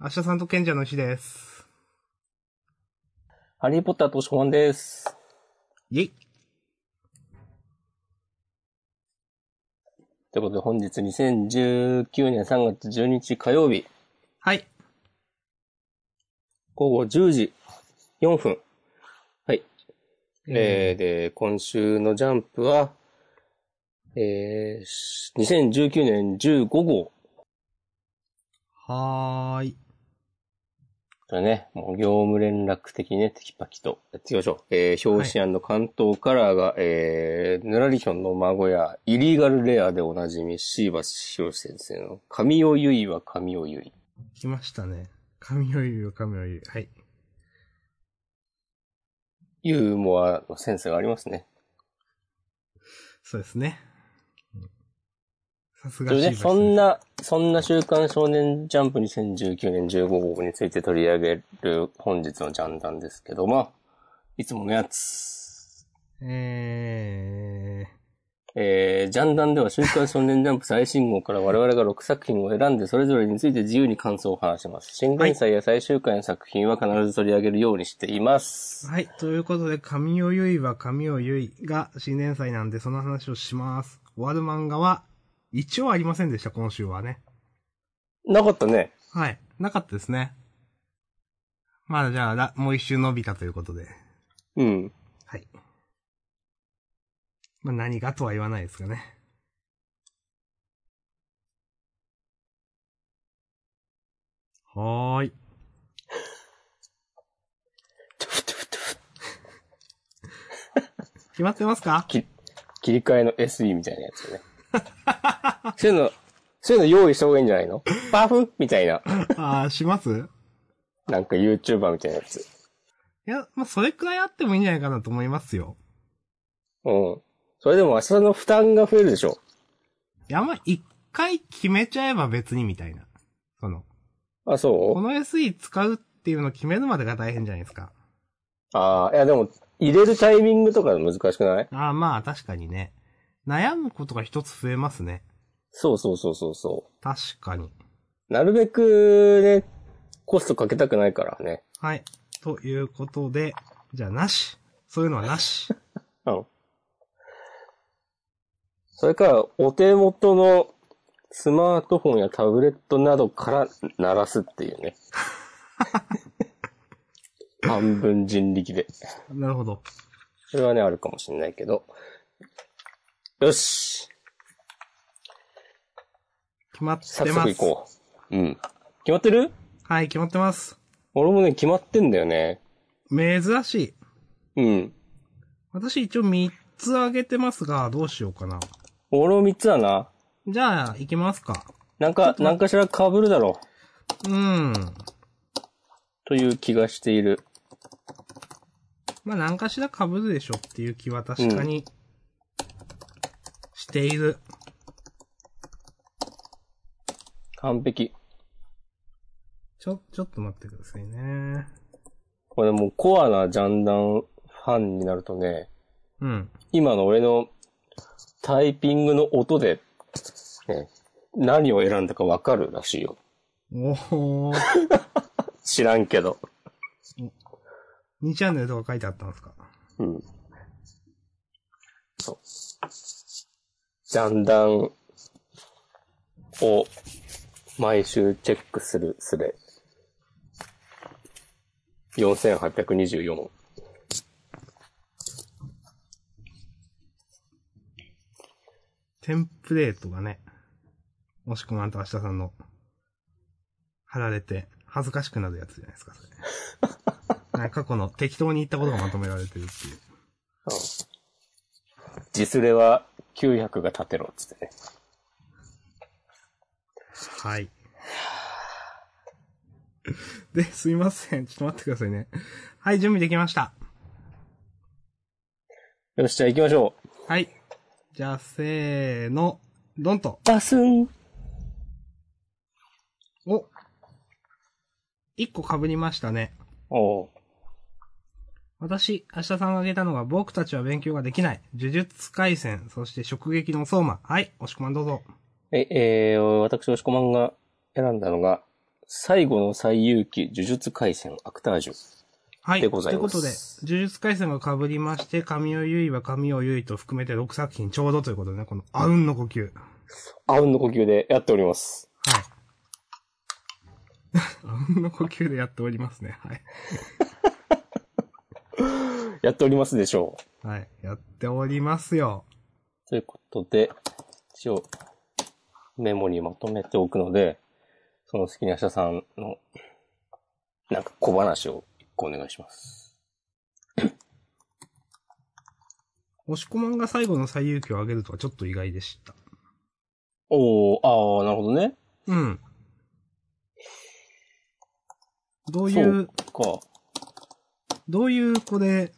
明日さんと賢者の石です。ハリーポッターとしこまんです。イェイということで本日2019年3月12日火曜日はい。午後10時4分。はい。ええー、で、今週のジャンプは、えー、し2019年15号。ー、はーい。だね、もう業務連絡的にね、テキパキとやっていきましょう。えー、表紙関東カラーが、えー、ぬらりひょんの孫や、イリーガルレアでおなじみ、椎橋博士先生の、神尾結衣は神尾結衣。来ましたね。神を言うよ、神を言う。はい。ユーモアのセンスがありますね。そうですね。うんさすそがれ椎でね、橋そんな、そんな週刊少年ジャンプ2019年15号について取り上げる本日のジャンダンですけども、いつものやつ。ええー、ジャンダンでは週刊少年ジャンプ最新号から我々が6作品を選んでそれぞれについて自由に感想を話します。新連載や最終回の作品は必ず取り上げるようにしていますー、。はい。ということで、神を言いは神を言いが新年祭なんで、その話をします。終わる漫画は、一応ありませんでした、今週はね。なかったね。はい。なかったですね。まだじゃあら、もう一周伸びたということで。うん。はい。まあ、何がとは言わないですがね。はーい。決まってますかき切り替えの SE みたいなやつね。 そういうの、そういうの用意した方がいいんじゃないのパフみたいな。ああ、しますなんか YouTuber みたいなやつ。いや、まあ、それくらいあってもいいんじゃないかなと思いますよ。うん。それでも明日の負担が増えるでしょ。いや、まあ、一回決めちゃえば別にみたいな。その、あ、こそうの SE 使うっていうのを決めるまでが大変じゃないですか。ああ、いやでも、入れるタイミングとか難しくないああ、まあ、確かにね。悩むことが一つ増えますね。そうそうそうそうそう。確かに。なるべくね、コストかけたくないからね。はい。ということで、じゃあなし。そういうのはなし。うん。それから、お手元のスマートフォンやタブレットなどから鳴らすっていうね。半分人力で。なるほど。それはね、あるかもしれないけど。よし決まってます。早速行こう。うん。決まってるはい、決まってます。俺もね、決まってんだよね。珍しい。うん。私一応3つあげてますが、どうしようかな。俺も3つだな。じゃあ、行きますか。なんか、なんかしら被るだろう。うん。という気がしている。まあ、何かしら被るでしょっていう気は確かに、している。完璧。ちょ、ちょっと待ってくださいね。これもうコアなジャンダンファンになるとね、うん。今の俺のタイピングの音で、ね、何を選んだかわかるらしいよ。おほー。知らんけど。 2チャンネルとか書いてあったんですかうん。そう。ジャンダンを毎週チェックするすれ。4824。テンプレートがね、もしくはあんと明日さんの、貼られて、恥ずかしくなるやつじゃないですか、それ。なんか過去の適当に言ったことがまとめられてるっていう。実例は900が立てろっつってね。はい。 で、すいません。ちょっと待ってくださいね。はい、準備できました。よし、じゃあ行きましょう。はい。じゃあ、せーの、ドンと。バスンお一個被りましたね。おう私、明日さんが挙げたのが、僕たちは勉強ができない、呪術回戦、そして直撃の相馬。はい、押し込まんどうぞ。え、えー、私、押し込まんが選んだのが、最後の最遊記、呪術回戦、アクタージュ。はい。でございますということで、呪術回戦が被りまして、神尾結衣は神尾結衣と含めて6作品ちょうどということでね、このあうんの呼吸。はい。 あうんの呼吸でやっております。あうんの呼吸でやっておりますね。はい。やっておりますでしょう。はい。やっておりますよ。ということで、一応、メモにまとめておくので、その好きな社さんの、なんか小話を一個お願いします。押し込まんが最後の最有機を上げるとはちょっと意外でした。おー、あー、なるほどね。うん。どういそうう、か。どういうこれ、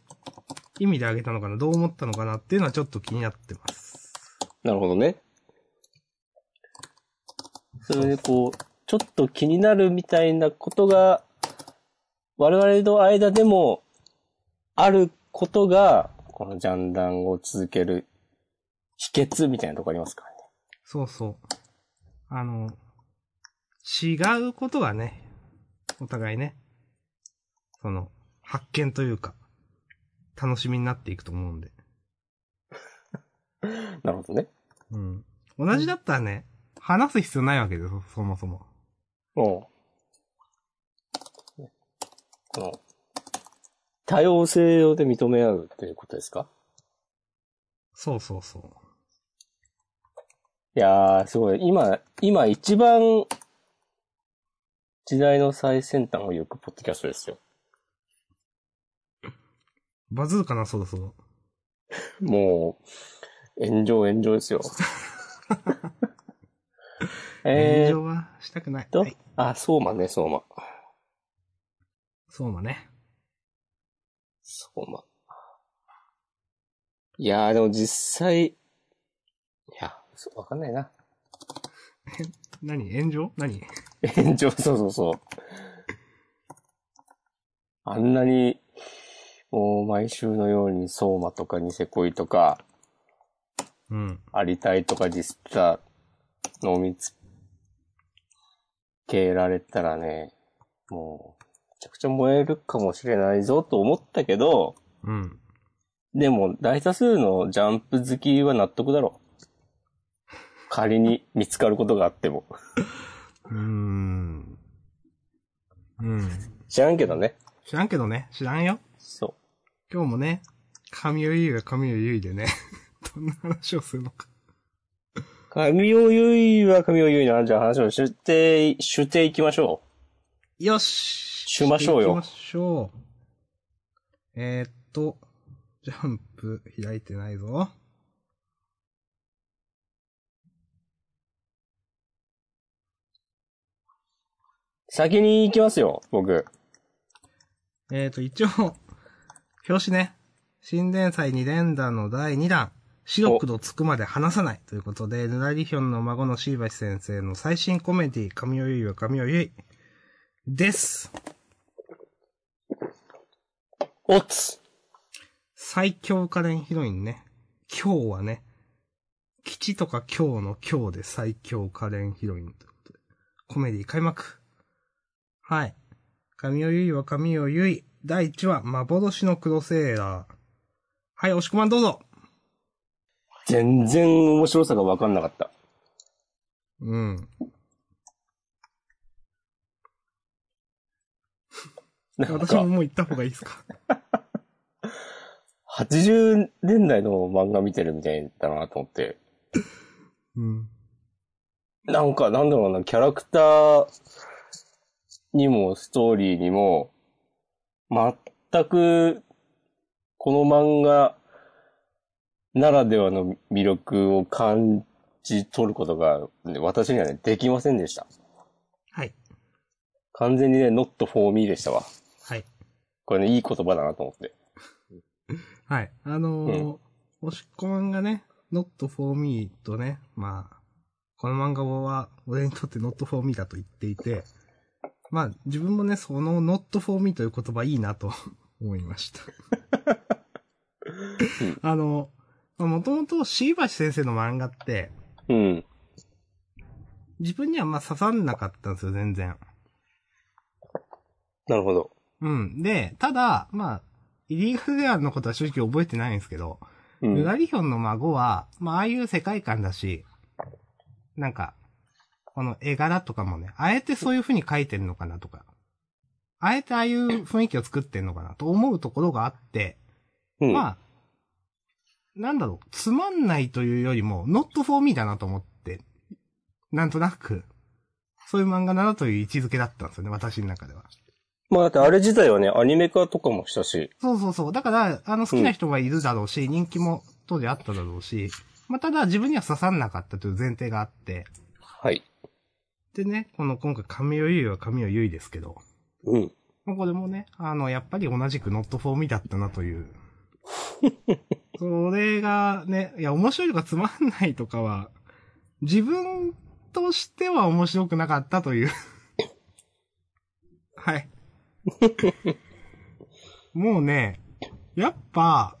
意味で上げたのかな、どう思ったのかなっていうのはちょっと気になってます。なるほどね。それでこう、ちょっと気になるみたいなことが、我々の間でも、あることが、このジャンダンを続ける秘訣みたいなとこありますからね。そうそう。あの、違うことがね、お互いね、その、発見というか、楽しみになっていくと思うんで。なるほどね。うん。同じだったらね、話す必要ないわけですよ、そもそも。うん。この、多様性をで認め合うということですかそうそうそう。いやー、すごい。今、今一番、時代の最先端を行くポッドキャストですよ。バズるかな、そろそろ。もう、炎上炎上ですよ。えー炎っ上はしたくない。とはい、あ、そうまね、そうま。そうまね。そうま。いやー、でも実際、いや、そうわかんないな。何炎上何炎上、そうそうそう。あんなに、もう毎週のように、相馬とかニセ恋とか、うん。ありたいとかディスったのを見つけられたらね、もう、めちゃくちゃ燃えるかもしれないぞと思ったけど、うん。でも大多数のジャンプ好きは納得だろう。仮に見つかることがあっても。うーん。 うん。知らんけどね。知らんけどね、知らんよ。そ今日もね、神尾ゆいが神尾ゆいでね、 どんな話をするのか。う。神尾結衣は神尾結衣のじゃあ話をして、していきましょよししましょうよ行きましょう。えー、っと、ジャンプ開いてないぞ。う。先に行きますよ、僕。えー、と、一応、表紙ね。新連載2連弾の第2弾。白黒つくまで話さないということで、ぬらりひょんの孫の椎橋先生の最新コメディ、神尾ゆいは神尾ゆい。です。おっつ最強可憐ヒロインね。今日はね、吉とか今日の今日で最強可憐ヒロインということで。コメディ開幕。はい。神尾ゆいは神尾ゆい。第1話、幻のクロセーラー。はい、押し込まんどうぞ全然面白さがわかんなかった。うん。なん私かも、もう行った方がいいですか。 80年代の漫画見てるみたいだなと思って。うん。なんか、なんだろうな、キャラクターにもストーリーにも、全く、この漫画ならではの魅力を感じ取ることが、ね私にはね、できませんでした。はい。完全にね、not for me でしたわ。はい。これね、いい言葉だなと思って。はい。あのー、押し込まんがね、not for me とね、まあ、この漫画は俺にとって not for me だと言っていて、まあ自分もね、その not for me という言葉いいなと 思いました。あの、もともと椎橋先生の漫画って、うん。自分にはまあ刺さんなかったんですよ、全然。なるほど。うん。で、ただ、まあ、イリーフレアのことは正直覚えてないんですけど、うん。ヌラリヒョンの孫は、まあ、ああいう世界観だし、なんか、この絵柄とかもね、あえてそういう風に描いてんのかなとか、あえてああいう雰囲気を作ってんのかなと思うところがあって、うん、まあ、なんだろう、つまんないというよりも、not for me だなと思って、なんとなく、そういう漫画だなという位置づけだったんですよね、私の中では。まあ、だってあれ自体はね、アニメ化とかもしたし。そうそうそう。だから、あの、好きな人がいるだろうし、人気も当時あっただろうし、まあ、ただ自分には刺さんなかったという前提があって、はい。でね、この今回、神尾優衣は神尾優衣ですけど、うん。まあ、これもね、あの、やっぱり同じく not for me だったなと いう。それがね、いや、面白いとかつまんないとかは、自分としては面白くなかったという。 はい。 もうね、やっぱ、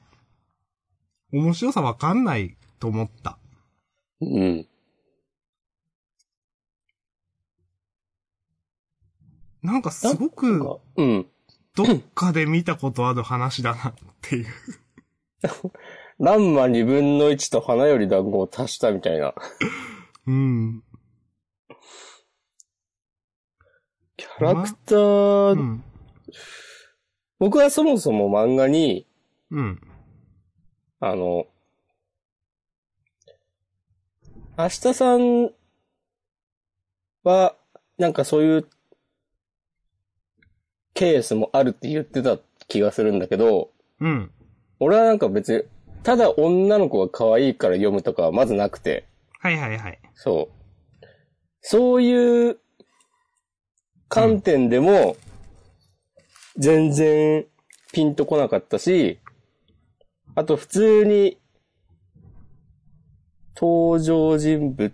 面白さわかんないと思った。うん。なんかすごなくん、かうん。どっかで見たことある話だなっていう。ランマ二分の一と花より団子を足したみたいな。うん。キャラクター、うん。僕はそもそも漫画に、うん。あの、明日さんは、なんかそういうケースもあるって言ってた気がするんだけど、うん。俺はなんか別に、ただ女の子が可愛いから読むとかはまずなくて、はいはいはい。そう。そういう観点でも、全然ピンとこなかったし、あと普通に、登場人物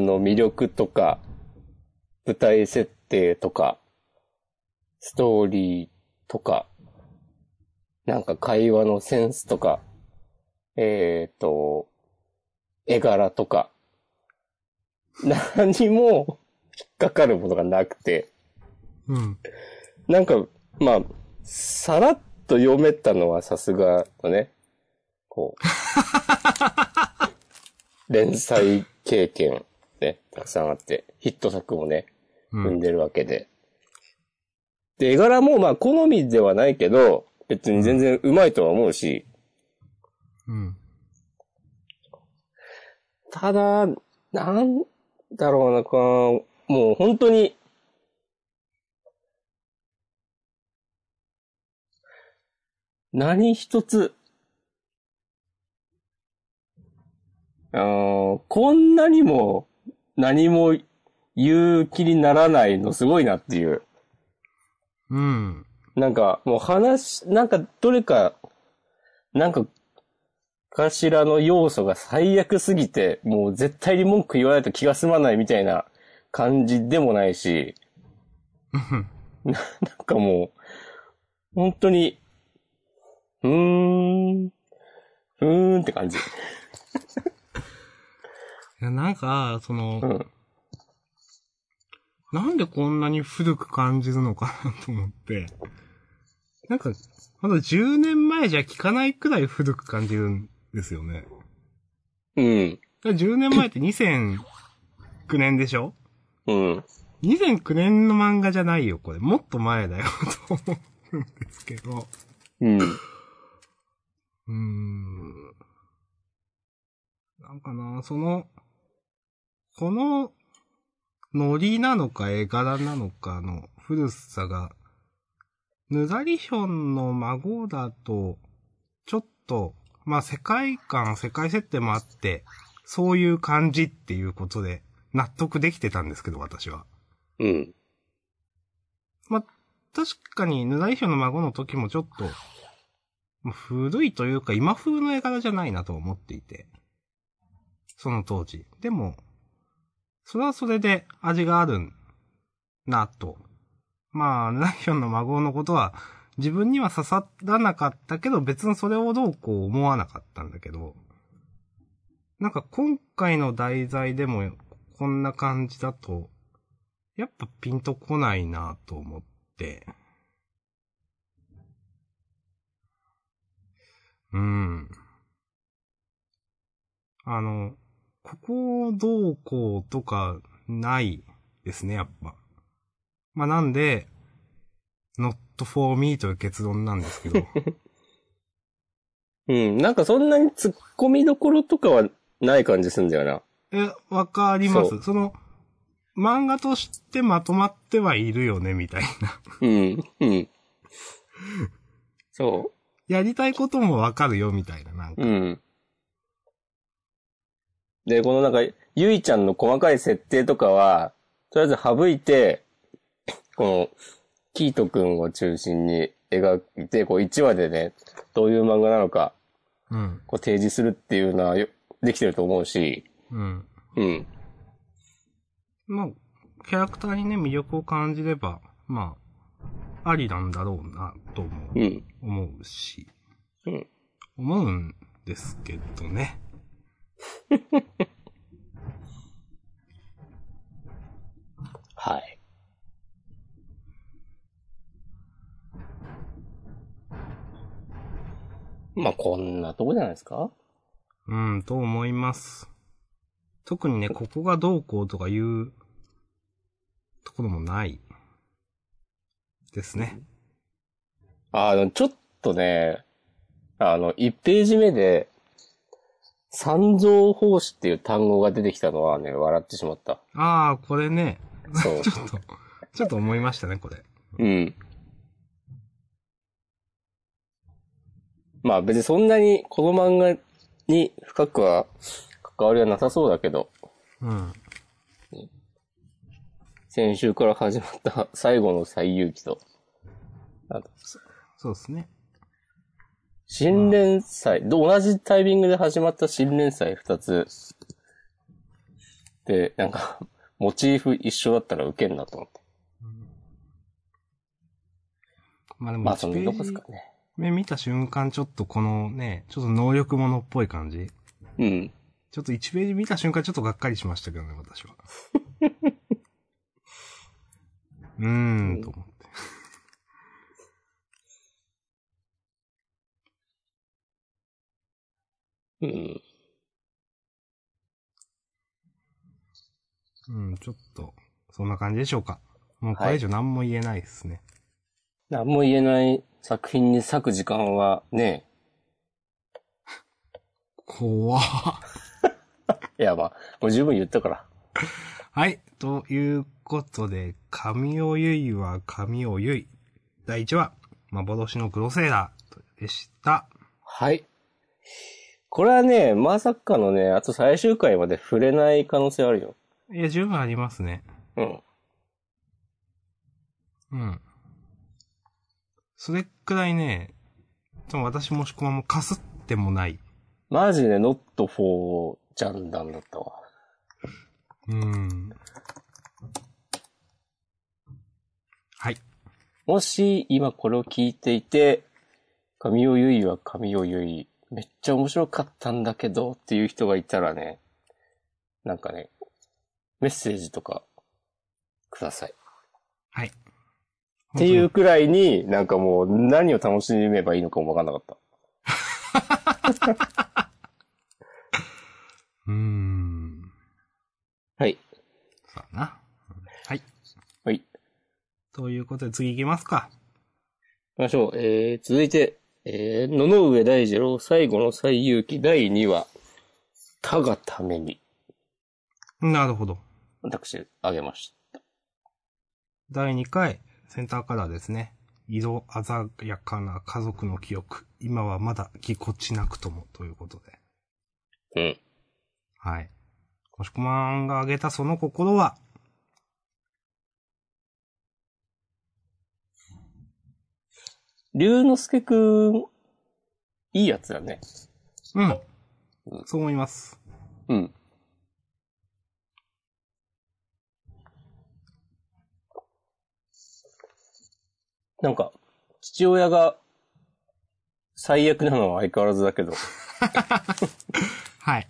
の魅力とか、舞台設定とか、ストーリーとか、なんか会話のセンスとか、えっ、ー、と、絵柄とか、何も引っかかるものがなくて、うん。なんか、まあ、さらっと読めたのはさすがのね、こう、連載経験ね、たくさんあって、ヒット作もね、う生んん。でるわけで。で、絵柄もまあ好みではないけど、別に全然うまいとは思うし、うん。ただ、なんだろうな、このもう本当に、何一つ、あーこんなにも何も言う気にならないのすごいなっていう。うん。なんか、もう話、なんか、どれか、なんか、かしらの要素が最悪すぎて、もう絶対に文句言わないと気が済まないみたいな感じでもないし、うん なんかもう、本当に、うーん、うーんって感じ。いやなんか、そうの、ん。なんでこんなに古く感じるのかなと思って。なんか、まだ10年前じゃ聞かないくらい古く感じるんですよね。うん。だから10年前って2009年でしょうん。 ?2009 年の漫画じゃないよ、これ。もっと前だよ、と思うんですけど。うん。うーん。なんかな、その、この、ノリなのか絵柄なのかの古さが、ヌザリヒョンの孫だと、ちょっと、まあ世界観、世界設定もあって、そういう感じっていうことで、納得できてたんですけど、私は。うん。まあ、確かに、ヌダイヒョの孫の時もちょっと、まあ古いというか、今風の絵柄じゃないなと思っていて。その当時。でも、それはそれで味があるなと。まあ、ヌダイヒョの孫のことは、自分には刺さらなかったけど、別にそれをどうこう思わなかったんだけど、なんか今回の題材でも、こんな感じだと、やっぱピンとこないなと思って。うん。あの、ここどうこうとかないですね、やっぱ。まあなんで、not for me という結論なんです けど。うん、なんかそんなに突っ込みどころとかはない感じすんだよな。え、わかります。そその、漫画としてまとまってはいるよね、みたいな。 うん、うん。そやりたいこともわかるよ、みたいな、なんかう、うん。で、このなんか、ゆいちゃんの細かい設定とかは、とりあえず省いて、この、キートくんを中心に描いて、こう1話でね、どういう漫画なのか、うん。こう提示するっていうのはよできてると思うし、うん。うん。まあ、キャラクターにね、魅力を感じれば、まあ、ありなんだろうな、ともうん。思うし、うん。思うんですけどね。はい。まあ、こんなとこじゃないですかうん、と思います。特にね、ここがどうこうとかいうところもないですね。あの、ちょっとね、あの、1ページ目で、三蔵法師っていう単語が出てきたのはね、笑ってしまった。ああ、これね、 そうち。ょっと、ちょっと思いましたね、これ。うん。まあ別にそんなにこの漫画に深くは関わりはなさそうだけど、うん。先週から始まった最後の最遊記と、あとそうですね。新連載、ど同じタイミングで始まった新連載二つ。で、なんか、モチーフ一緒だったらウケんなと思って。まあでも、まあ、そ1ペのーどこですジかね。目見た瞬間、ちょっとこのね、ちょっと能力者っぽい感じ。うん。ちょっと1ページ見た瞬間ちょっとがっかりしましたけどね、私は。うーん、と思って。うん。うん、ちょっと、そんな感じでしょうか。もうこれ以上何も言えないですね。何も言えない作品に割く時間はね、怖っいやまあ、もう十分言ったから。はい、ということで、神尾ゆいは神尾ゆい。第1話、幻のクロセーラーでした。はい。これはね、まさかのね、あと最終回まで触れない可能性あるよ。いや、十分ありますね。うん。うん。それくらいね、でも私もしこまもかすってもない。マジで not for ジャンダンだったわ。うん。はい。もし今これを聞いていて、神尾結衣は神尾結衣、めっちゃ面白かったんだけどっていう人がいたらね、なんかね、メッセージとかください。はい。っていうくらいに、なんかもう何を楽しめばいいのかもわかんなかった。うーん。はい。そうだな。はい。はい。ということで次行きますか。行きましょう。えー、続いて、えー、野々上大二郎最後の最勇気第2話、他がために、なるほど。私、あげまし第2回、センターカラーですね。色鮮やかな家族の記憶。今はまだぎこちなくとも、ということで。た。うん。はい。コシコマンが挙げたその心は、龍之介くん、いいやつだね。うん。そう思います。うん。なんか、父親が最悪なのは相変わらずだけど、 はい。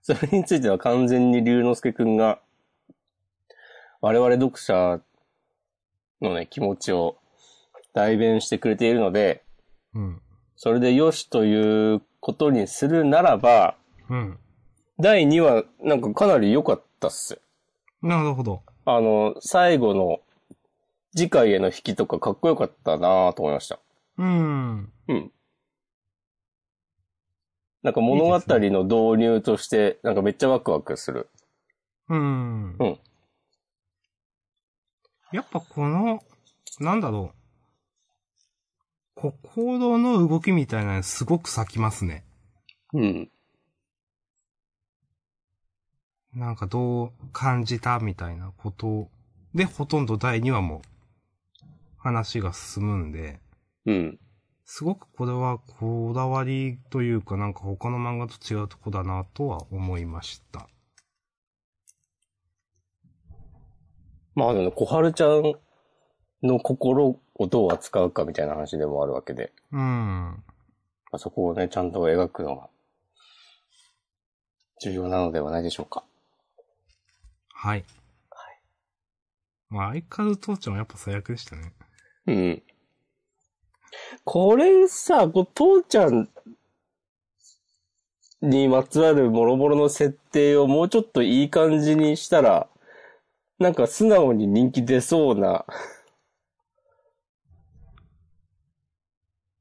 それについては完全に龍之介くんが、我々読者のね、気持ちを代弁してくれているので、うん。それでよしということにするならば、うん。第2話、なんかかなり良かったっすよ。なるほど。あの、最後の次回への引きとかかっこよかったなぁと思いました。うん。うん。なんか物語の導入として、なんかめっちゃワクワクする。うん。うんやっぱこの、なんだろう。心の動きみたいなのすごく咲きますね。うん。なんかどう感じたみたいなことで、ほとんど第2話も話が進むんで、うん。すごくこれはこだわりというかなんか他の漫画と違うとこだなとは思いました。まあでも、小春ちゃんの心をどう扱うかみたいな話でもあるわけで、うん。まあ、そこをね、ちゃんと描くのが重要なのではないでしょうか。はい。まあ、相変わらず父ちゃんはやっぱ最悪でしたね。うん。これさ、こう父ちゃんにまつわるもろもろの設定をもうちょっといい感じにしたら、なんか素直に人気出そうな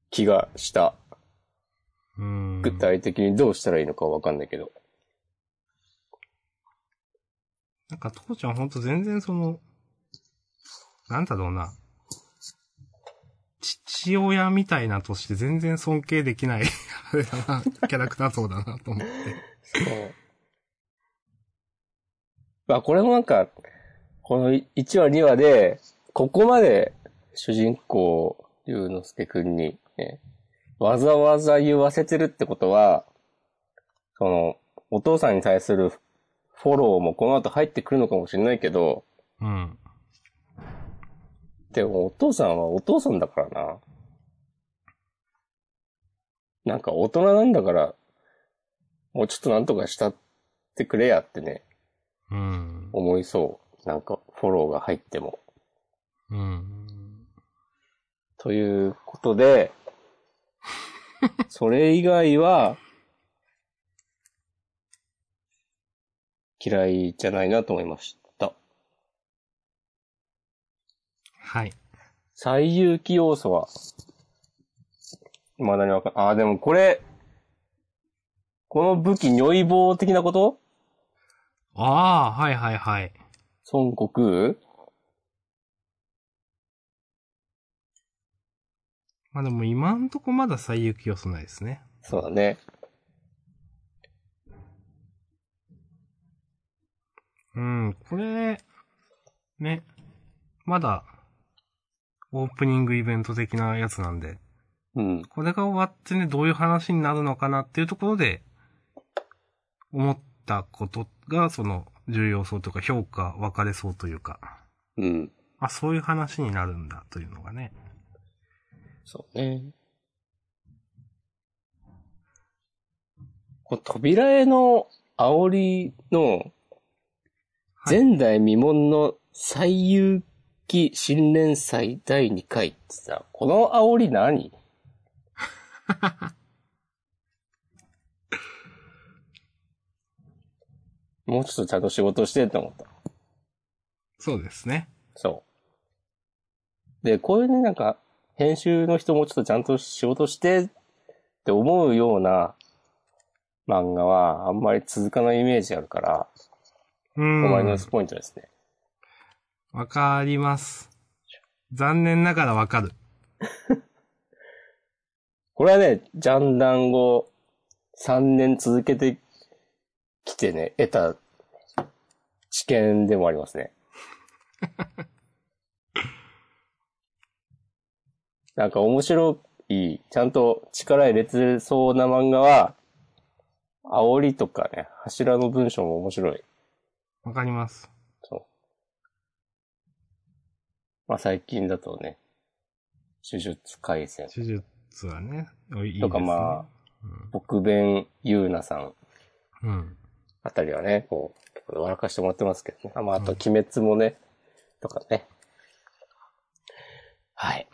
気がした。うん。具体的にどうしたらいいのかわかんないけど。なんか父ちゃんほんと全然その、なんだろうな。父親みたいなとして全然尊敬できない、 あれだな、キャラクター像だなと思って。まあこれもなんか、この1話2話で、ここまで主人公、龍之介くんに、ね、わざわざ言わせてるってことは、その、お父さんに対するフォローもこの後入ってくるのかもしれないけど、うん。でもお父さんはお父さんだからな。なんか大人なんだから、もうちょっとなんとかしたってくれやってね、うん。思いそう。なんかフォローが入っても。うん。ということ で、それ以外は、嫌いじゃないなと思いました。はい。最有機要素は、まだにわかんああ、でもこれ、この武器、如意棒的なことああ、はいはいはい。孫悟空まあでも今んとこまだ最有機要素ないですね。そうだね。うん、これ、ね、まだ、オープニングイベント的なやつなんで、うん。これが終わってね、どういう話になるのかなっていうところで、思ったことが、その、重要そうというか、評価分かれそうというか、うん。あ、そういう話になるんだというのがね。そうね。こう扉への煽りのはい前代未聞の最有機新連載第2回ってさ、この煽 り何もうちょっとちゃんと仕事してって思った。そうですね。そう。で、こういうね、なんか、編集の人もちょっとちゃんと仕事してって思うような漫画はあんまり続かないイメージあるから、うマイんナ。スポイントですね。わかります。残念ながらわかる。これはね、ジャンダンを3年続けてきてね、得た知見でもありま すね。なんか面白い、ちゃんと力入れてそうな漫画は、煽りとかね、柱の文章も面白い。わかります。まあ最近だとね、呪術回戦、手術はね、おいいですとね。かま僕弁ゆうなさん、うん。うん。あたりはね、こう、結構笑かしてもらってますけどね。あまあ、あと、鬼滅もね、とかね。はい。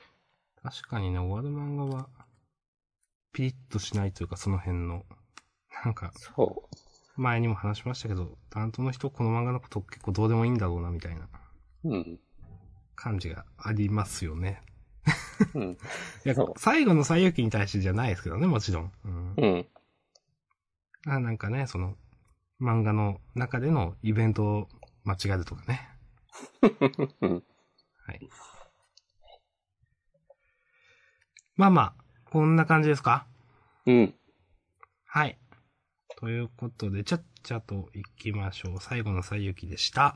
確かにね、終わる漫画は、ピリッとしないというか、その辺の。なんか、そう。前にも話しましたけど、担当の人、この漫画のこと結構どうでもいいんだろうな、みたいなうん。感じがありますよね。うん。いやそう、最後の最悪に対してじゃないですけどね、もちろん。うんうん。あなんかね、その、漫画の中でのイベントを間違えるとかね。うん。はい。まあまあ、こんな感じですかうん。はい。ということで、ちゃっちゃと行きましょう。最後の最きでした。あ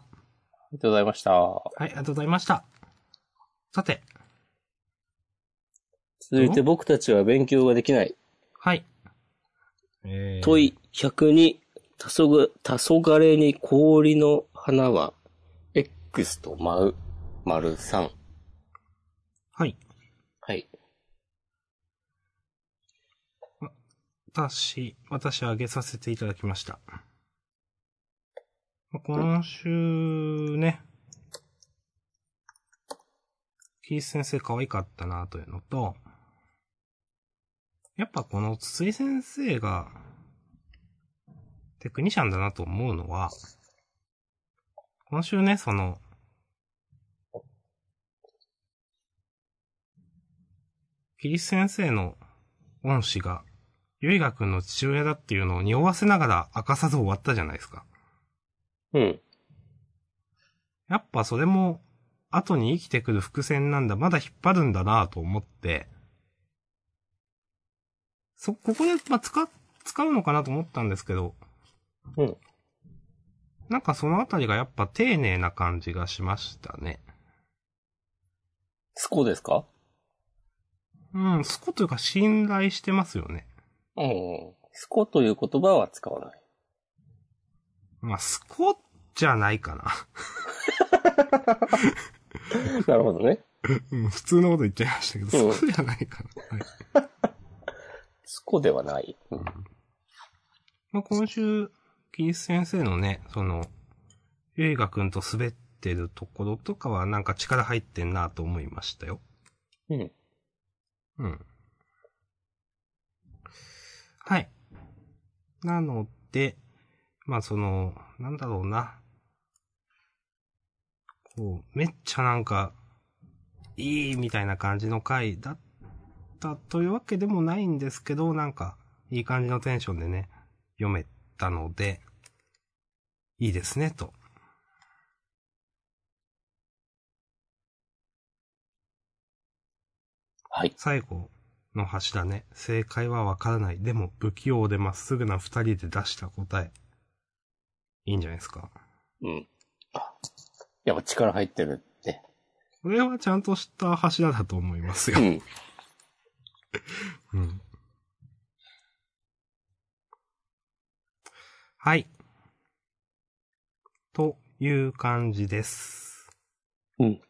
りがとうございました。はい、ありがとうございました。さて、続いて僕たちは勉強ができない。はい。えー問い100に、たそが、たそがれに氷の花は、X と舞う、丸3。はい。はい。私、私あげさせていただきました。まあ今週ね、キース先生可愛かったなというのと、やっぱこの筒井先生がテクニシャンだなと思うのは、今週ね、その、キリス先生の恩師がゆいがくんの父親だっていうのを匂わせながら明かさず終わったじゃないですか。うん。やっぱそれも、後に生きてくる伏線なんだ、まだ引っ張るんだなぁと思って、そ、ここで、まあ、使、使うのかなと思ったんですけど、うん。なんかそのあたりがやっぱ丁寧な感じがしましたね。スコですかうん、そこというか信頼してますよね。うん。スコという言葉は使わない。まあ、スコじゃないかな。 なるほどね。うん、普通のこと言っちゃいましたけど、うんスコじゃないかな。はい。スコではない。うん。まあ、今週、キリス先生のね、その、ゆいがくんと滑ってるところとかはなんか力入ってんなと思いましたよ。うん。うん。はい。なので、まあその、なんだろうな。こう、めっちゃなんか、いいみたいな感じの回だったというわけでもないんですけど、なんか、いい感じのテンションでね、読めたので、いいですね、と。はい。最後の柱ね。正解はわからない。でも不器用でまっすぐな二人で出した答え。いいんじゃないですか。うん。やっぱ力入ってるね。これはちゃんとした柱だと思いますよう。ん。うん。はい。という感じです。うん。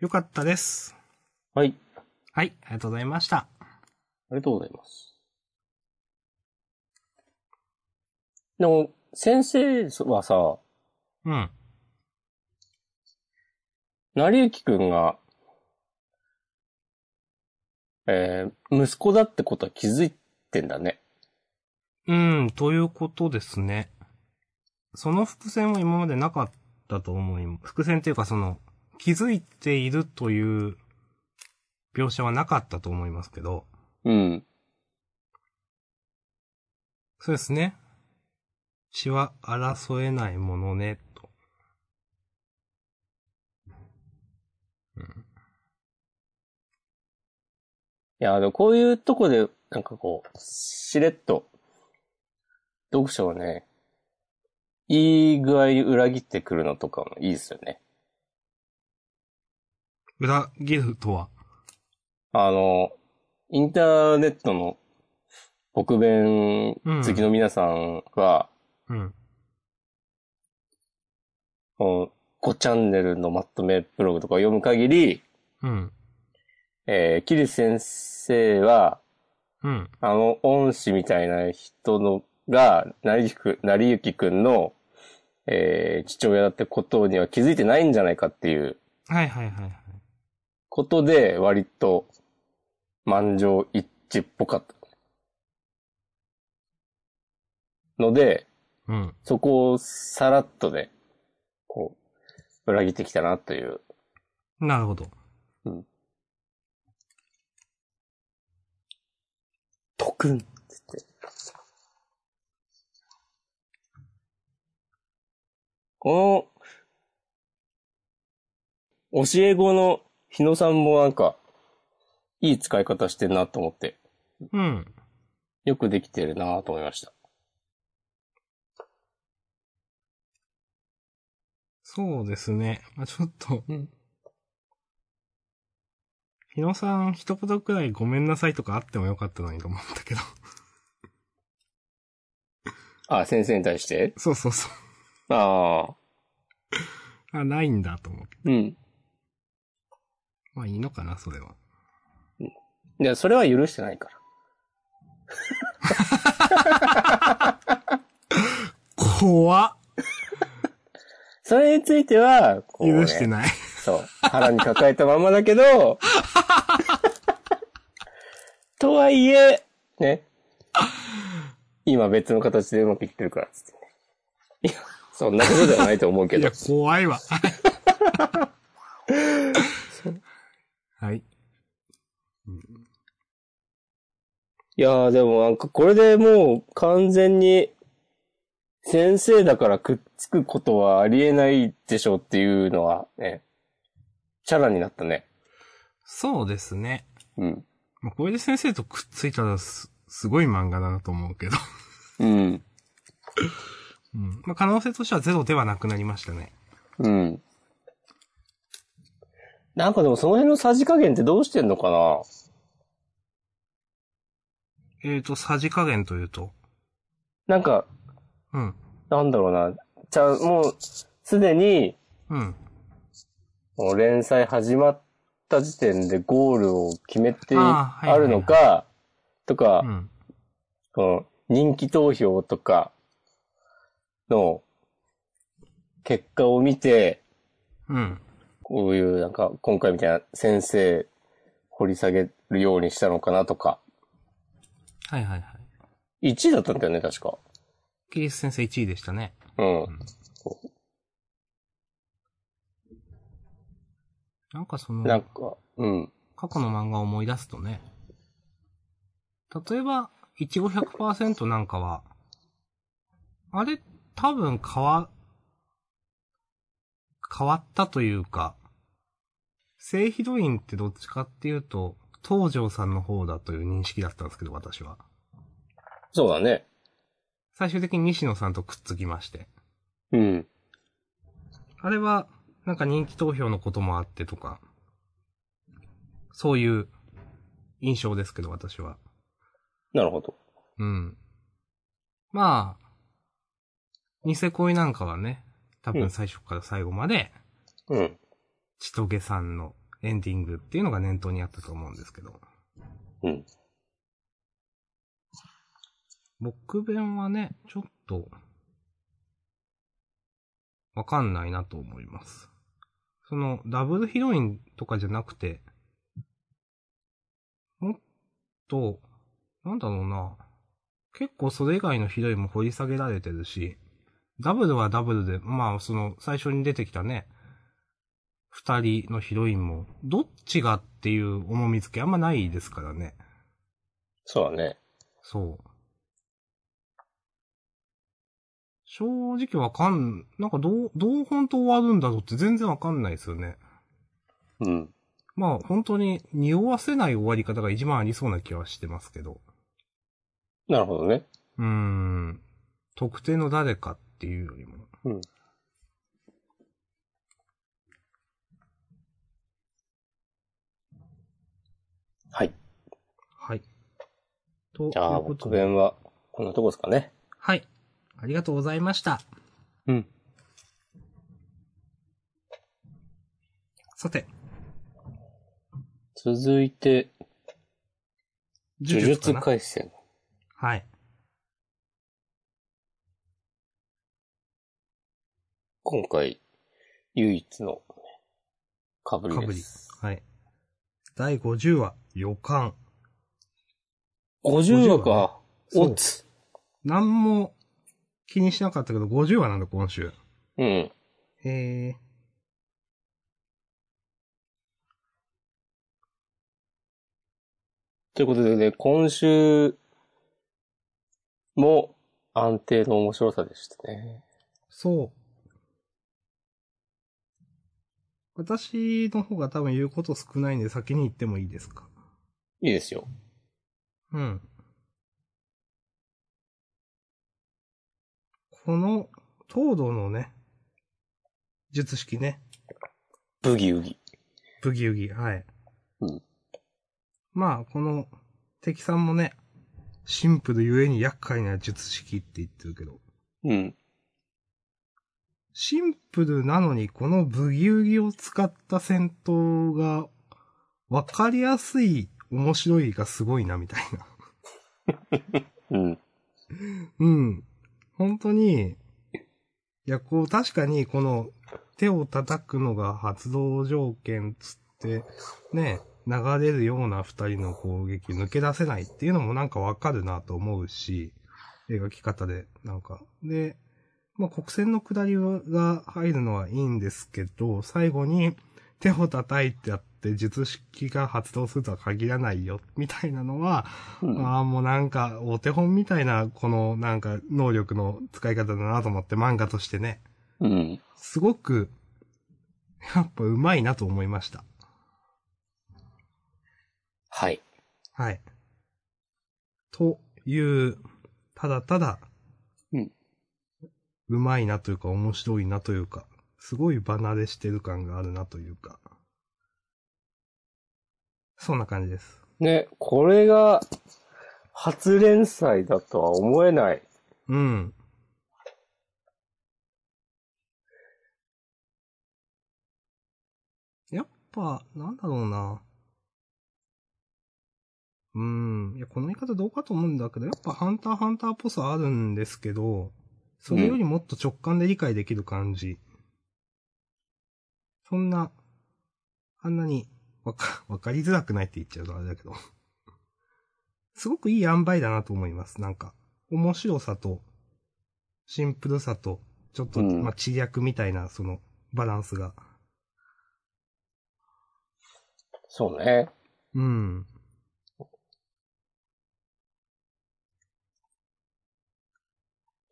よかったです。はい。はい、ありがとうございました。ありがとうございます。でも、先生はさ、うん。成幸くんが、えー息子だってことは気づいてんだね。うん、ということですね。その伏線は今までなかったと思います。伏線っていうかその、気づいているという描写はなかったと思いますけど、うん。そうですね。血は争えないものね、と。いや、でもこういうとこで、なんかこう、しれっと、読者をね、いい具合に裏切ってくるのとかもいいですよね。裏切るとは。あの、インターネットの北弁好きの皆さんは、うん。この5チャンネルのまとめブログとかを読む限り、うん。えーキリス先生は、うん。あの恩師みたいな人のが、成りゆく、成りゆきくんの、えー父親だってことには気づいてないんじゃないかっていうはいはいはいはい。ことで、割と、満場一ジっぽかった。ので、うん。そこをさらっとね、こう、裏切ってきたなという。なるほど。特訓って言って。この、教え子の日野さんもなんか、いい使い方してんなと思って、うん。よくできてるなと思いました。そうですね。まあ、ちょっと、うん日野さん一言くらいごめんなさいとかあってもよかったのにと思ったけど。あ、先生に対し てそうそうそう。ああ、あ、ないんだと思って。うん。まあいいのかな、それは。いや、それは許してないから。怖っそれについては、こう、ね。許してない。そう。腹に抱えたままだけど、 とはいえ、ね。今別の形でうまくいってるから、つってね。いや、そんなことではないと思うけいどや、。怖 いわ。はい。いやーでもなんかこれでもう完全に、先生だからくっつくことはありえないでしょうっていうのはね、チャラになったね。そうですね。うん。まあ、これで先生とくっついたらす、すごい漫画だなと思うけど。 うん。うん。まあ、可能性としてはゼロではなくなりましたね。うん。なんかでもその辺のさじ加減ってどうしてんのかなえーと、さじ加減というと。なんか、うん。なんだろうな。じゃあもう、すでに、うん。この連載始まった時点でゴールを決めてああーはいはいはいるのか、とか、うん。この人気投票とかの結果を見て、うん。こういうなんか今回みたいな先生掘り下げるようにしたのかなとか。はいはいはい。 1位だったんだよね、確か。キリス先生1位でしたね。うん。なんかそなんの、か、うん。過去の漫画を思い出すとね。例えば、1500%なんかは、あれ、多分変わ、変わったというか、正ヒロインってどっちかっていうと、東條さんの方だという認識だったんですけど、私は。そうだね。最終的に西野さんとくっつきまして。うん。あれは、なんか人気投票のこともあってとか、そういう印象ですけど、私は。なるほど。うん。まあ、ニセ恋なんかはね、多う分ん最初から最後まで、うん。ちとげさんのエンディングっていうのが念頭にあったと思うんですけど。うん。僕弁はね、ちょっと、わかんないなと思います。その、ダブルヒロインとかじゃなくて、もっと、なんだろうな、結構それ以外のヒロインも掘り下げられてるし、ダブルはダブルで、まあ、その、最初に出てきたね、二人のヒロインも、どっちがっていう重み付けあんまないですからね。そうだね。そう。正直わかん、なんかどう、どう本当終わるんだろうって全然わかんないですよね。うん。まあ本当に匂わせない終わり方が一番ありそうな気はしてますけど。なるほどね。うーん。特定の誰かっていうよりも。うん。はい。はい。というじゃあ、こ僕とで。弁は、こんなとこですかね。はい。ありがとうございました。うん。さて、続いて、呪術呪術かな回戦。はい。今回、唯一の、か被りぶでりす。。はい。第50話、予感。 50話か。そうおつ。何も気にしなかったけど、50話なんだ、今週。うん。へえ。ということでね、今週も安定の面白さでしたね。そう。私の方が多分言うこと少ないんで先に言ってもいいですか。いいですよ。うん。この、東堂のね、術式ね、ブギウギ。ブギウギ、はい。うんまあ、この、敵さんもね、シンプルゆえに厄介な術式って言ってるけど、うん。シンプルなのに、このブギウギを使った戦闘が、わかりやすい、面白いがすごいな、みたいな。うん。うん。本当に、いや、こう、確かに、この、手を叩くのが発動条件つって、ね、流れるような二人の攻撃抜け出せないっていうのもなんかわかるなと思うし、描き方で、なんか。で、まあ、国戦の下りが入るのはいいんですけど、最後に手を叩いてやって術式が発動するとは限らないよ、みたいなのは、うんああ、もうなんか、お手本みたいな、この、なんか、能力の使い方だなと思って、漫画としてね、うん。すごく、やっぱ上手いなと思いました。はい。はい。という、ただただ、うん。上手いなというか、面白いなというか、すごい離れしてる感があるなというか、そんな感じです。ね、これが初連載だとは思えない。うん。やっぱ、なんだろうな。うん。いや、この言い方どうかと思うんだけど、やっぱハンターハンターっぽさあるんですけど、それよりもっと直感で理解できる感じ。そんな、あんなに、わか、わかりづらくないって言っちゃうとあれだけど。すごくいい塩梅だなと思います。なんか、面白さと、シンプルさと、ちょっと、うんまあ、知略みたいな、その、バランスが。そうね。うん。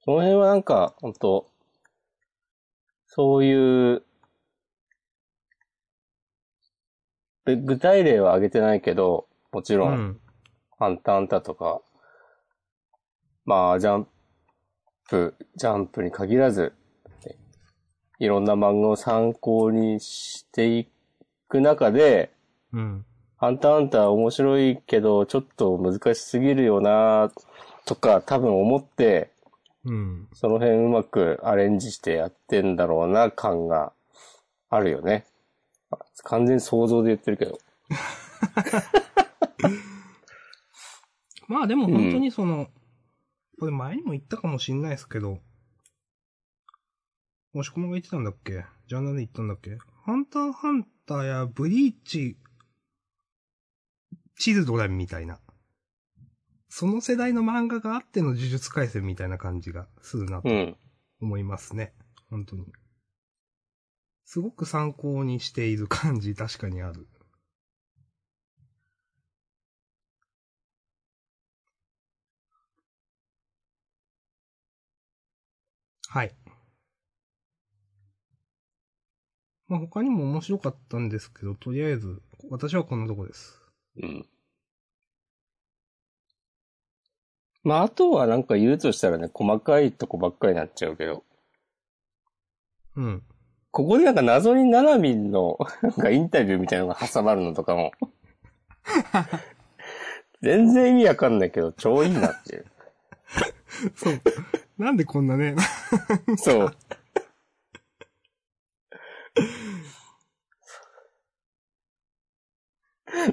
その辺はなんか、ほんと、そういう、で具体例は挙げてないけど、もちうろん、ん。ハンターハンターとか、まあ、ジャンプ、ジャンプに限らず、えいろんな漫画を参考にしていく中で、うん。ハンターハンター面白いけど、ちょっと難しすぎるよなとか、多分思って、うん。その辺うまくアレンジしてやってんだろうな感があるよね。あ完全に想像で言ってるけど。まあでも本当にその、これ前にも言ったかもしんないですけど、もしこまが言ってたんだっけジャンナで言ったんだっけハンターハンターやブリーチ、チルドレンみたいな。その世代の漫画があっての呪術回戦みたいな感じがするなとうん。思いますね。本当に。すごく参考にしている感じ、 確かにある。はい。まあ他にも面白かったんですけど、とりあえず、私はこんなとこです。うん。まあ、あとはなんか言うとしたらね、細かいとこばっかりになっちゃうけど、うん。ここでなんか謎にナナミンのなんかインタビューみたいなのが挟まるのとかも、全然意味わかんないけど、超いいなっていう。そう。なんでこんなね、そう。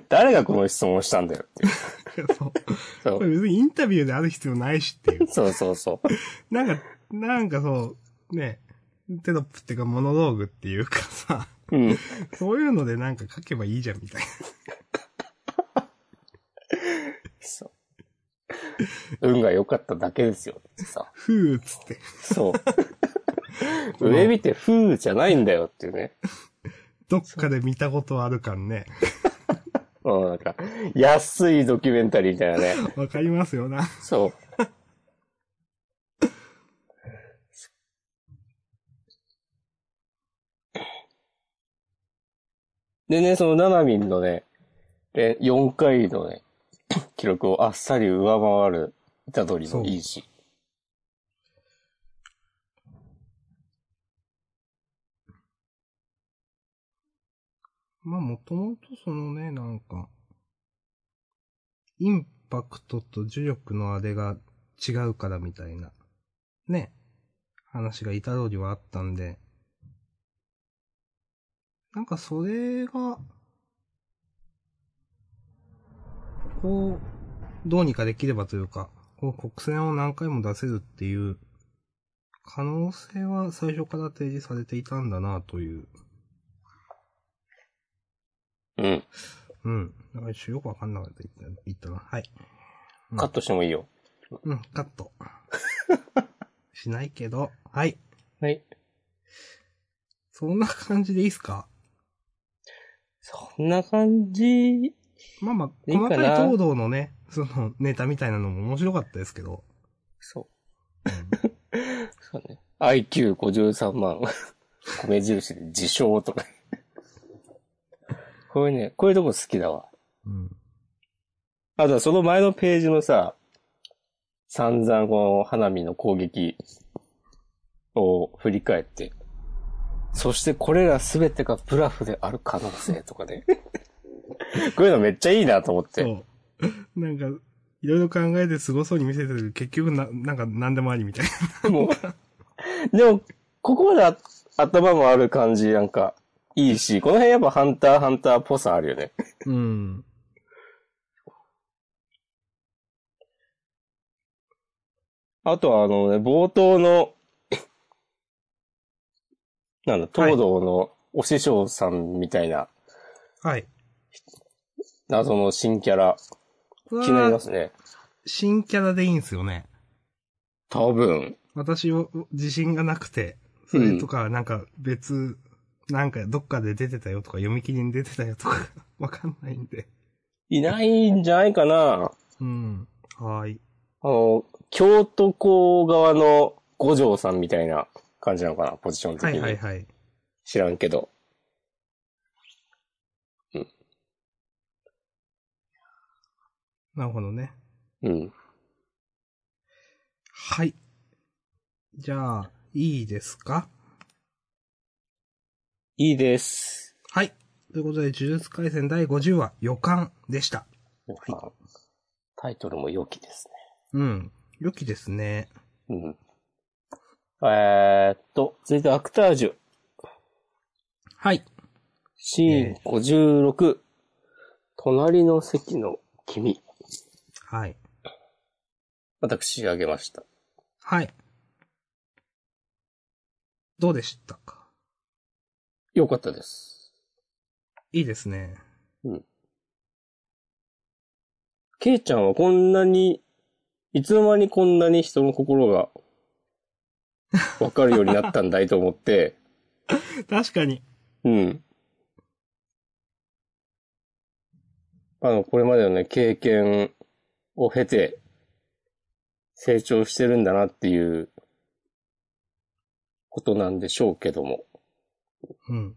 誰がこの質問をしたんだよっていう。そう。そこうれ別にインタビューである必要ないしっていう。そうそうそう。なんか、なんかそう、ね、テロップっていうかモノローグっていうかさ、うん。そういうのでなんか書けばいいじゃんみたいな。そう。運が良かっただけですよ。さ。ふーっつって。そう。上見て、ふーじゃないんだよっていうね。どっかで見たことある感ね。うん、なんか、安いドキュメンタリーみたいなね。わかりますよな。 そう。 でね、そのナナミンのね、え4回のね、 記録をあっさり上回る虎取のいいし。まあもともとそのね、なんか、インパクトと呪力のあれが違うからみたいな、ね、話がいた通りはあったんで、なんかそれが、こう、どうにかできればというか、こう国戦を何回も出せるっていう、可能性は最初から提示されていたんだなという。うん。うん。なんか一瞬よくわかんなかった言った言ったな。はい。うんカットしてもいいよ。うん、カッ ト。しないけど。はい。はい。そんな感じでいいっすかそんな感じ。まあまあ、いいかな細かい東堂のね、そのネタみたいなのも面白かったですけど。そう。そうね。IQ53 万。米印で自称とか。これね、こういうとこ好きだわ。うん。あとはその前のページのさ、散々この花見の攻撃を振り返って、そしてこれらすべてがブラフである可能性とか ね。こういうのめっちゃいいなと思って。そう。 なんか、いろいろ考えてすごそうに見せてるけど、結局な、なんか何でもありみたいな。もう、 でも、ここまであ頭もある感じ、なんか、いいし、この辺やっぱハンター、ハンターっぽさあるよね。うん。あとはあのね、冒頭の、 なんだ、東堂のお師匠さんみたいな、はい。謎の新キャラ、こ気れになりまはすね。新キャラでいいんすよね。多分。私は自信がなくて、それとか、なんか別、なんかどっかで出てたよとか、読み切りに出てたよとか、 わかんないんで。いないんじゃないかな。うん。はーい。あの、京都校側の五条さんみたいな感じなのかな、ポジション的はに。いはいはい。知らんけど。なるほどね。うん。はい。じゃあ、いいですかいいです。はい。ということで、呪術回戦第50話、予感でした。タイトルも良きですうん。良きですね。ね。うん。えーっと、続いてアクタージュ。はい。シーン56。隣の席の君。はい。私、あげました。はい。どうでしたかよかったです。いいですね。ケイちゃんはこんなに、いつの間にこんなに人の心が、わかるようになったんだいと思って、確かに。うん。あの、これまでのね、経験を経て、成長してるんだなっていう、ことなんでしょうけども。うん。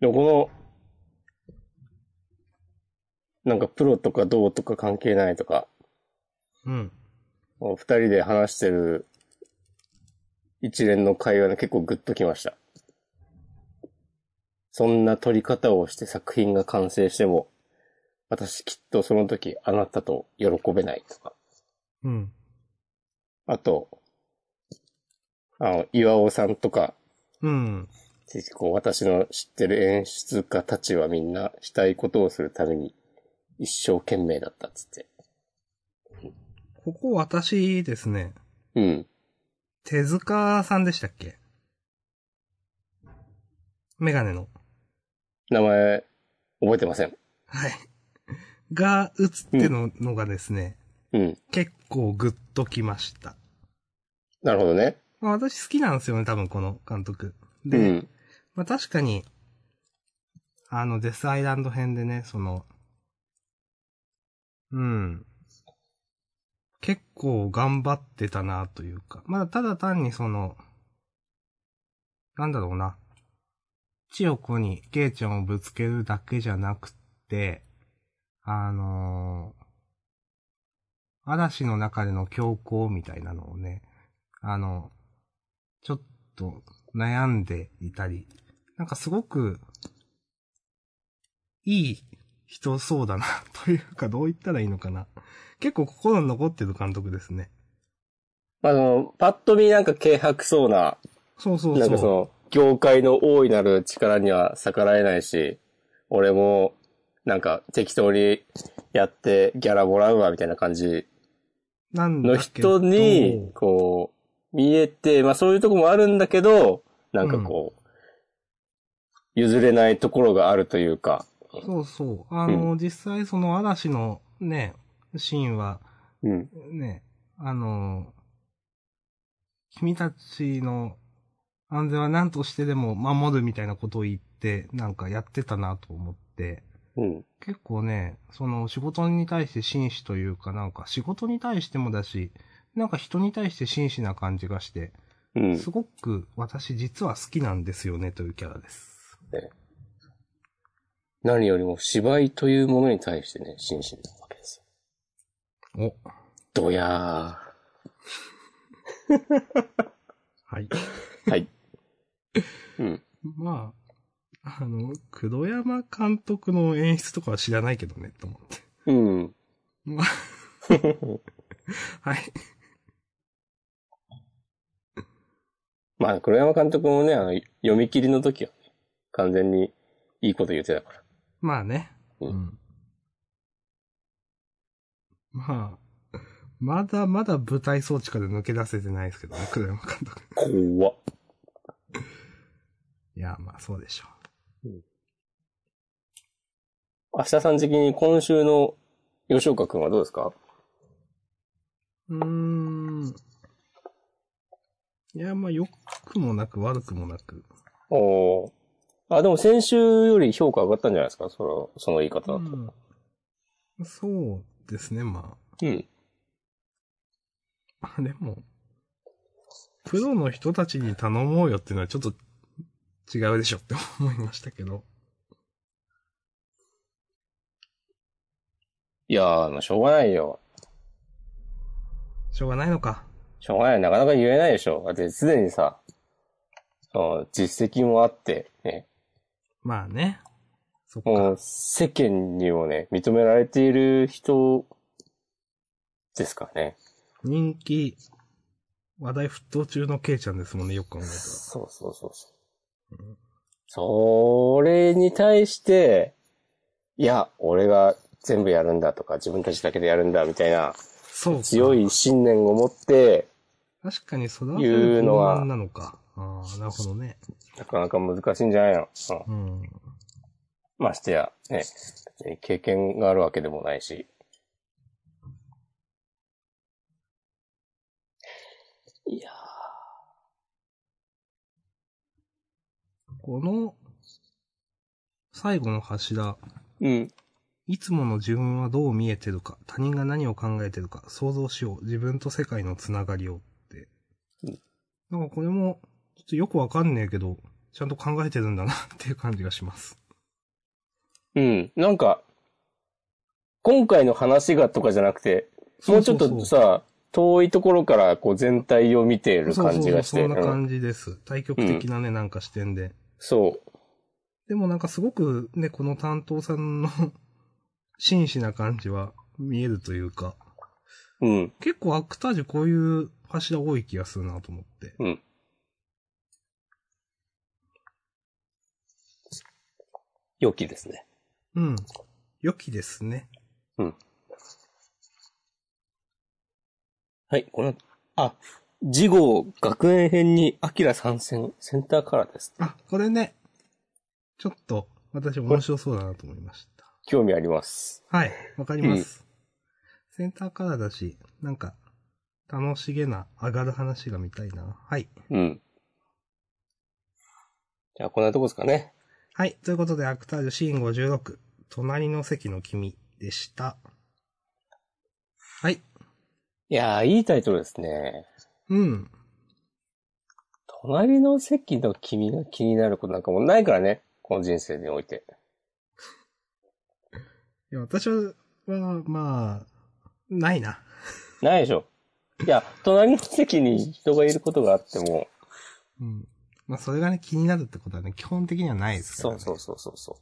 でもこの、なんかプロとかどうとか関係ないとか、うん。もう二人で話してる一連の会話ね、結構グッときました。そんな撮り方をして作品が完成しても、私きっとその時あなたと喜べないとか。うん。あと、あの、岩尾さんとか、うん。こう私の知ってる演出家たちはみんなしたいことをするために一生懸命だったっつって。ここ私ですね。うん。手塚さんでしたっけメガネの。名前、覚えてません。はい。が、打つってののがですね、うん。結構グッときました。なるほどね。まあ、私好きなんですよね、多分この監督。うで、ん。まあ確かに、あの、デスアイランド編でね、その、うん。結構頑張ってたなというか、まだただ単にその、なんだろうな。千代子にケイちゃんをぶつけるだけじゃなくて、あのー嵐の中での強行みたいなのをね、あの、ちょっと悩んでいたり、なんかすごく、いい人そうだな、 というかどう言ったらいいのかな。結構心に残ってる監督ですね。まあ、その、パッと見なんか軽薄そうな、そうそうそう。なんかその、業界の大いなる力には逆らえないし、俺も、なんか適当にやってギャラもらうわ、みたいな感じなんのだけど人に、こう、見えて、まあそういうとこもあるんだけど、なんかこう、譲れないところがあるというか、そうそう。あの、実際その嵐のね、シーンは、うん。ね、あの、君たちの安全は何としてでも守るみたいなことを言って、なんかやってたなと思って、うん。結構ね、その仕事に対して真摯というか、なんか仕事に対してもだし、なんか人に対して真摯な感じがして、うんす。ごく私実は好きなんですよねというキャラです。何よりも芝居というものに対してね、真摯なわけですよ。お、どやはい。ー。 はい。うん。まあ、あの、黒山監督の演出とかは知らないけどね、と思って。 うん。まあ、はい。まあ、黒山監督もね、あの、読み切りの時は、ね、完全にいいこと言ってたから。まあね。うんん。まあ、まだまだ舞台装置から抜け出せてないですけどね、黒山監督。怖っ。いや、まあそうでしょ明日さん的に今週の吉岡くんはどうですかう。うーん。いや、まあ良くもなく悪くもなく。おーあ、でも先週より評価上がったんじゃないですかその、その言い方だと。うん。うんそうですね、まあ。 あでも、プロの人たちに頼もうよっていうのはちょっと違うでしょって思いましたけど。いやー、まあ、しょうがないよ。しょうがないのか。しょうがない。なかなか言えないでしょ。だって、すでにさ、その実績もあって、ね、まあね。そっか。もう世間にもね、認められている人ですからね。人気、話題沸騰中のケイちゃんですもんね、よく考えたら。そうそうそうそううん。それに対して、いや、俺が全部やるんだとか、自分たちだけでやるんだみたいな、そうか強い信念を持って、確かにそれはいうのは不満なのか。ああ、なるほどね。なかなか難しいんじゃないの、うんうん。ましてや、ね、別に経験があるわけでもないし。いやこの、最後の柱、うん。いつもの自分はどう見えてるか、他人が何を考えてるか、想像しよう、自分と世界のつながりをってうん。なんかこれも、ちょっとよくわかんねえけど、ちゃんと考えてるんだな っていう感じがします。うん。なんか、今回の話がとかじゃなくて、もうちそょっうとそうそうさ、遠いところからこう全体を見ている感じがして。そうそうそうそんなうん感じです。対極的なね、なんか視点で。そう。でもなんかすごくね、この担当さんの 真摯な感じは見えるというか、うん。結構アクタージュこういう柱多い気がするなと思って。うん。良きですね。うん。良きですね。はい、この、あ、次号学園編にアキラ参戦、センターカラーです。あ、これね、ちょっと私面白そうだなと思いました。興味あります。はい、わかります。センターカラーだし、なんか、楽しげな上がる話が見たいな。はい。うん。じゃあ、こんなとこですかね。はい。ということで、アクタージュシーン56、隣の席の君でした。はい。いやー、いいタイトルですね。うん。隣の席の君が気になることなんかもうないからね。この人生において。いや、私は、まあ、ないな。ないでしょ。いや、隣の席に人がいることがあっても、うん。まあ、それがね、気になるってことはね、基本的にはないですかそら、うね。そうそうそうそ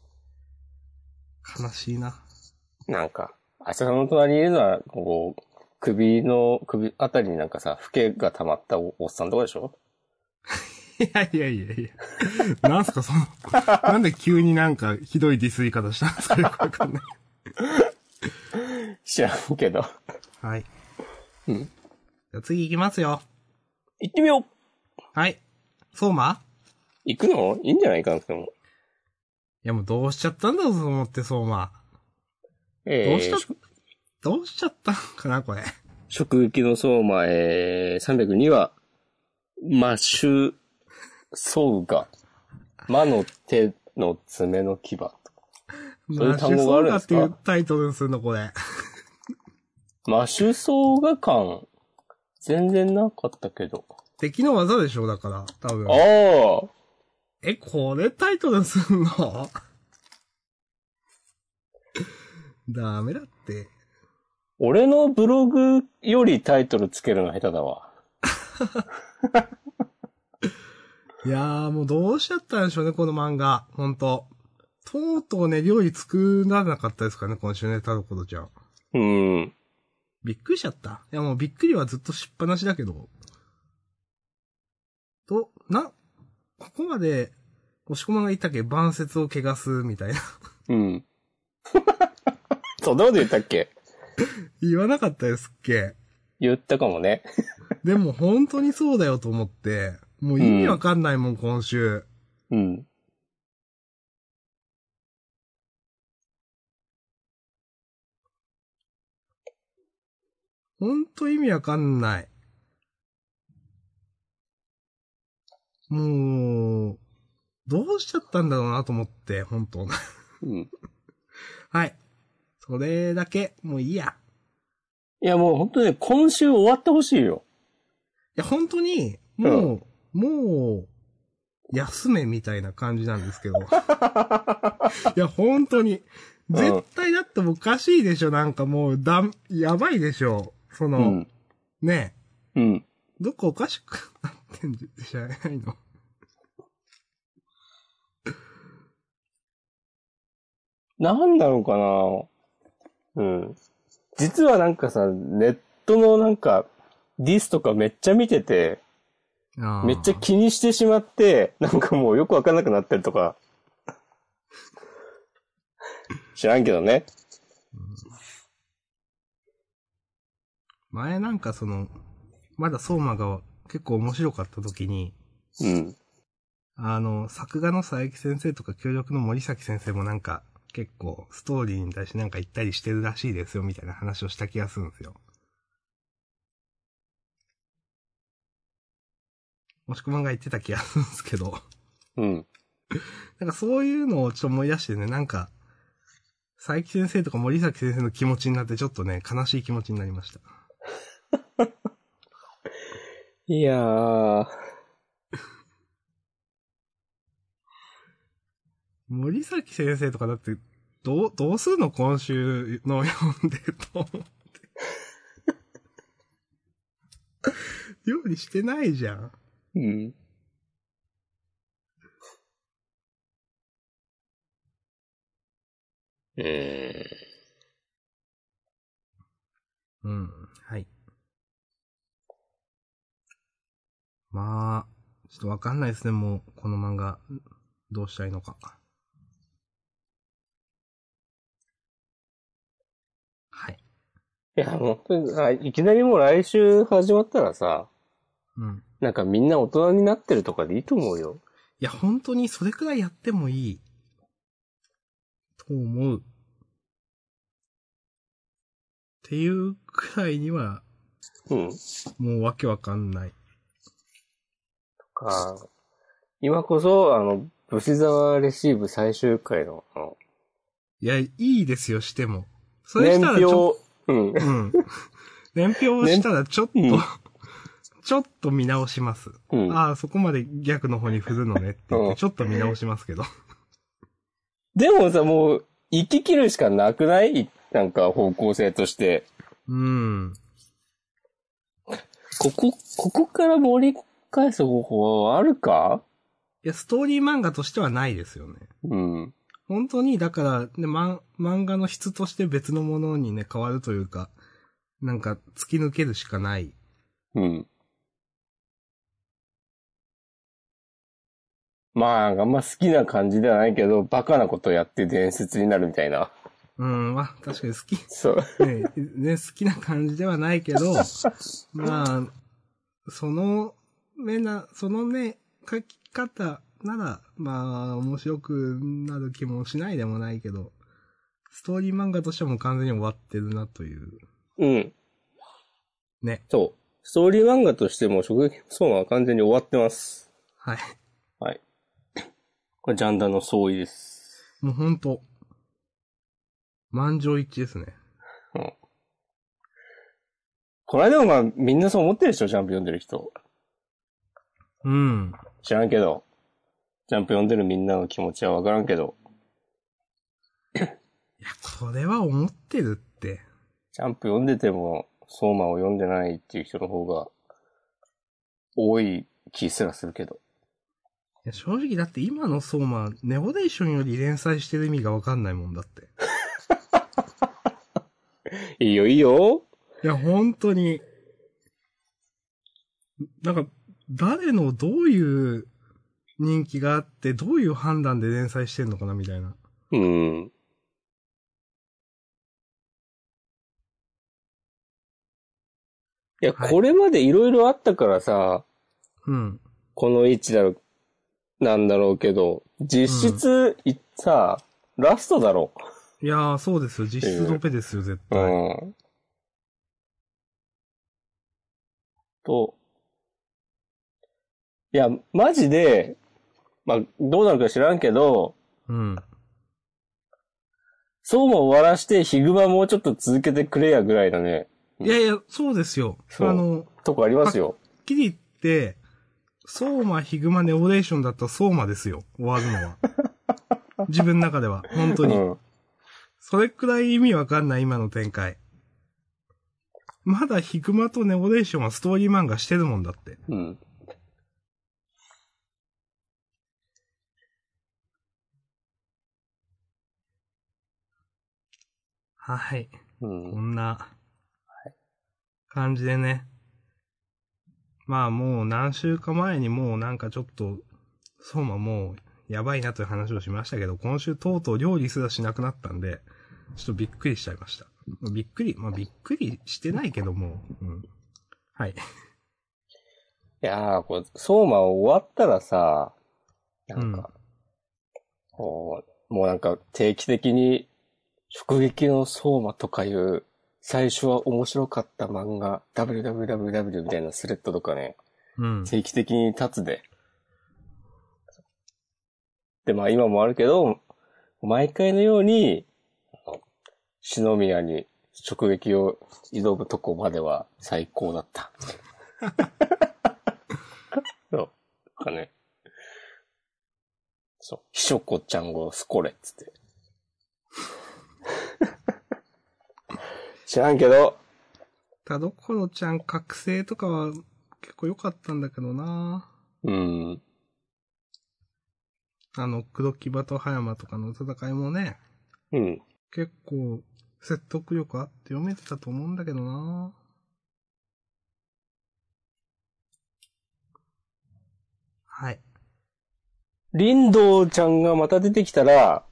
悲しいな。 う。なんか、あちらの隣にいるのは、こう、首の、首あたりになんかさ、フケが溜まったおおっさんとかでしょいやいやいやいや。 なんすか、その、なんで急になんか、ひどいディスり方したんですかよくわかんない。知らんけど。はい。うんじゃあ次行きますよ。行ってみようはい。相馬行くのいいんじゃないかなくても。いやもうどうしちゃったんだろうと思って、相馬。えーどうしちゃ、どうしちゃったんかな、これ。食撃の相馬、えー、302話、マシュ、ソウガ、魔の手の爪の牙。そういう単語があるんですかマシュソーガっていうタイトルにするの、これ。マシュソウガ感、全然なかったけど。敵の技でしょ、だから、多分あ。あえ、これタイトルにすんのダメだって。俺のブログよりタイトルつけるの下手だわ。いやーもうどうしちゃったんでしょうね、この漫画。ほんと。とうとうね、料理作らなかったですからね、今週ね、タロコトちゃん。うん。びっくりしちゃった。いやもうびっくりはずっとしっぱなしだけど。と、な、ここまで、押し込まんが言ったっけ晩節を汚す、みたいな。 うん。 そう、どうで言ったっけ言わなかったですっけ言ったかもね。でも本当にそうだよと思って、もう意味わかんないもん、今週。うん。ほんと意味わかんない。もう、どうしちゃったんだろうなと思って、本当 うん。はい。それだけ、もういいや。いや、もう本当ね、今週終わってほしいよ。いや、本当に、もう、もう、休めみたいな感じなんですけど。 いや、本当に。ん絶対だっておかしいでしょ、なんかもう、だん、やばいでしょ。そうの、ん。ねえ、うん。どっかおかしくなってんじゃないのなんだろうかなうん。実はなんかさ、ネットのなんか、ディスとかめっちゃ見てて、あーめっちゃ気にしてしまって、なんかもうよくわかんなくなってるとか。知らんけどね。前なんかその、まだ相馬が結構面白かった時に、うん。あの、作画の佐伯先生とか協力の森崎先生もなんか、結構ストーリーに対してなんか言ったりしてるらしいですよみたいな話をした気がするんですよ。もしくまんが言ってた気がするんですけど。うん。なんかそういうのをちょっと思い出してね、なんか、佐伯先生とか森崎先生の気持ちになってちょっとね、悲しい気持ちになりました。いやー。森崎先生とかだって、どう、どうするの今週の読んでと思って。料理してないじゃん。うん。うん。うん。はい。まあ、ちょっとわかんないですね、もう、この漫画、どうしたらいいのか。はい。いや、もう本当にあ、いきなりもう来週始まったらさ、うん。なんかみんな大人になってるとかでいいと思うよ。いや、本当にそれくらいやってもいい。そう思う。っていうくらいには、うん。もうわけわかんない。あー今こそ、あの、武士沢レシーブ最終回の、あの、いや、いいですよ、しても。それし年たらちょっ表、うん。と、うん。年表をしたらちょっと、ねうんちょっと見直します。うん。ああ、そこまで逆の方に振るのねって言っうんて、ちょっと見直しますけど。でもさ、もう、行き切るしかなくないなんか方向性として。うん。ここ、ここから盛り返す方法はあるかいや、ストーリー漫画としてはないですよね。うん。本当に、だから、ね、ま、漫画の質として別のものにね、変わるというか、なんか、突き抜けるしかない。うん。まあ、あんま好きな感じではないけど、バカなことやって伝説になるみたいな。うん、まあ、確かに好き、そう。ね、ね、好きな感じではないけ ど、まあ、その、目な、そのね、書き方なら、まあ、面白くなる気もしないでもないけど、ストーリー漫画としてはもう完全に終わってるなという、うん。ね、そう。ストーリー漫画としても、食撃相馬は完全に終わってます。はい。はい。これ、ジャンダの相違です。もうほんと、満場一致ですね。これでもまあ、みんなそう思ってるでしょ、ジャンプ読んでる人。うん。知らんけど。ジャンプ読んでるみんなの気持ちはわからんけど。いや、これは思ってるって。ジャンプ読んでても、相馬を読んでないっていう人の方が、多い気すらするけど。いや正直だって今の相馬、ネオレーションより連載してる意味がわかんないもんだって。いいよ、いいよ。いや、本当に。なんか、誰のどういう人気があって、どういう判断で連載してんのかな、みたいな。うん。いや、はいこれまでいろいろあったからさ、うん。この位置だろ、なんだろうけど、実質、いさ、ラストだろ。いやー、そうですよ。実質ドペですよ、絶対。うん。と、いや、マジで、まあ、どうなるか知らんけど、うん。そうも終わらして、ヒグマもうちょっと続けてくれやぐらいだね、いやいや、そうですよ。そうあの、はっとこありますよ。きり言って、相馬、ヒグマ、ネオレーションだったら相馬ですよ。終わるのは。自分の中では。本当うに。ん。それくらい意味わかんない今の展開。まだヒグマとネオレーションはストーリー漫画してるもんだって。うん。はい。うんこんな感じでね。まあもう何週か前にもうなんかちょっと、そうまもうやばいなという話をしましたけど、今週とうとう料理すらしなくなったんで、ちょっとびっくりしちゃいました。びっくり、まあびっくりしてないけども、うん。はい。いやー、これ、相馬終わったらさ、なんか、こうもうなんか定期的に、直撃の相馬とかいう、最初は面白かった漫画、www みたいなスレッドとかね、うん。定期的に立つで。で、まあ今もあるけど、毎回のように、あの篠宮に直撃を挑むとこまでは最高だ った。そう。なんかね。そう。ひしょこちゃんをすこれっつって。 知らんけど、田所ちゃん覚醒とかは結構良かったんだけどなうん。あの、黒木場と葉山とかの戦いもね、うん。結構説得力あって読めてたと思うんだけどなはい。林道ちゃんがまた出てきたら、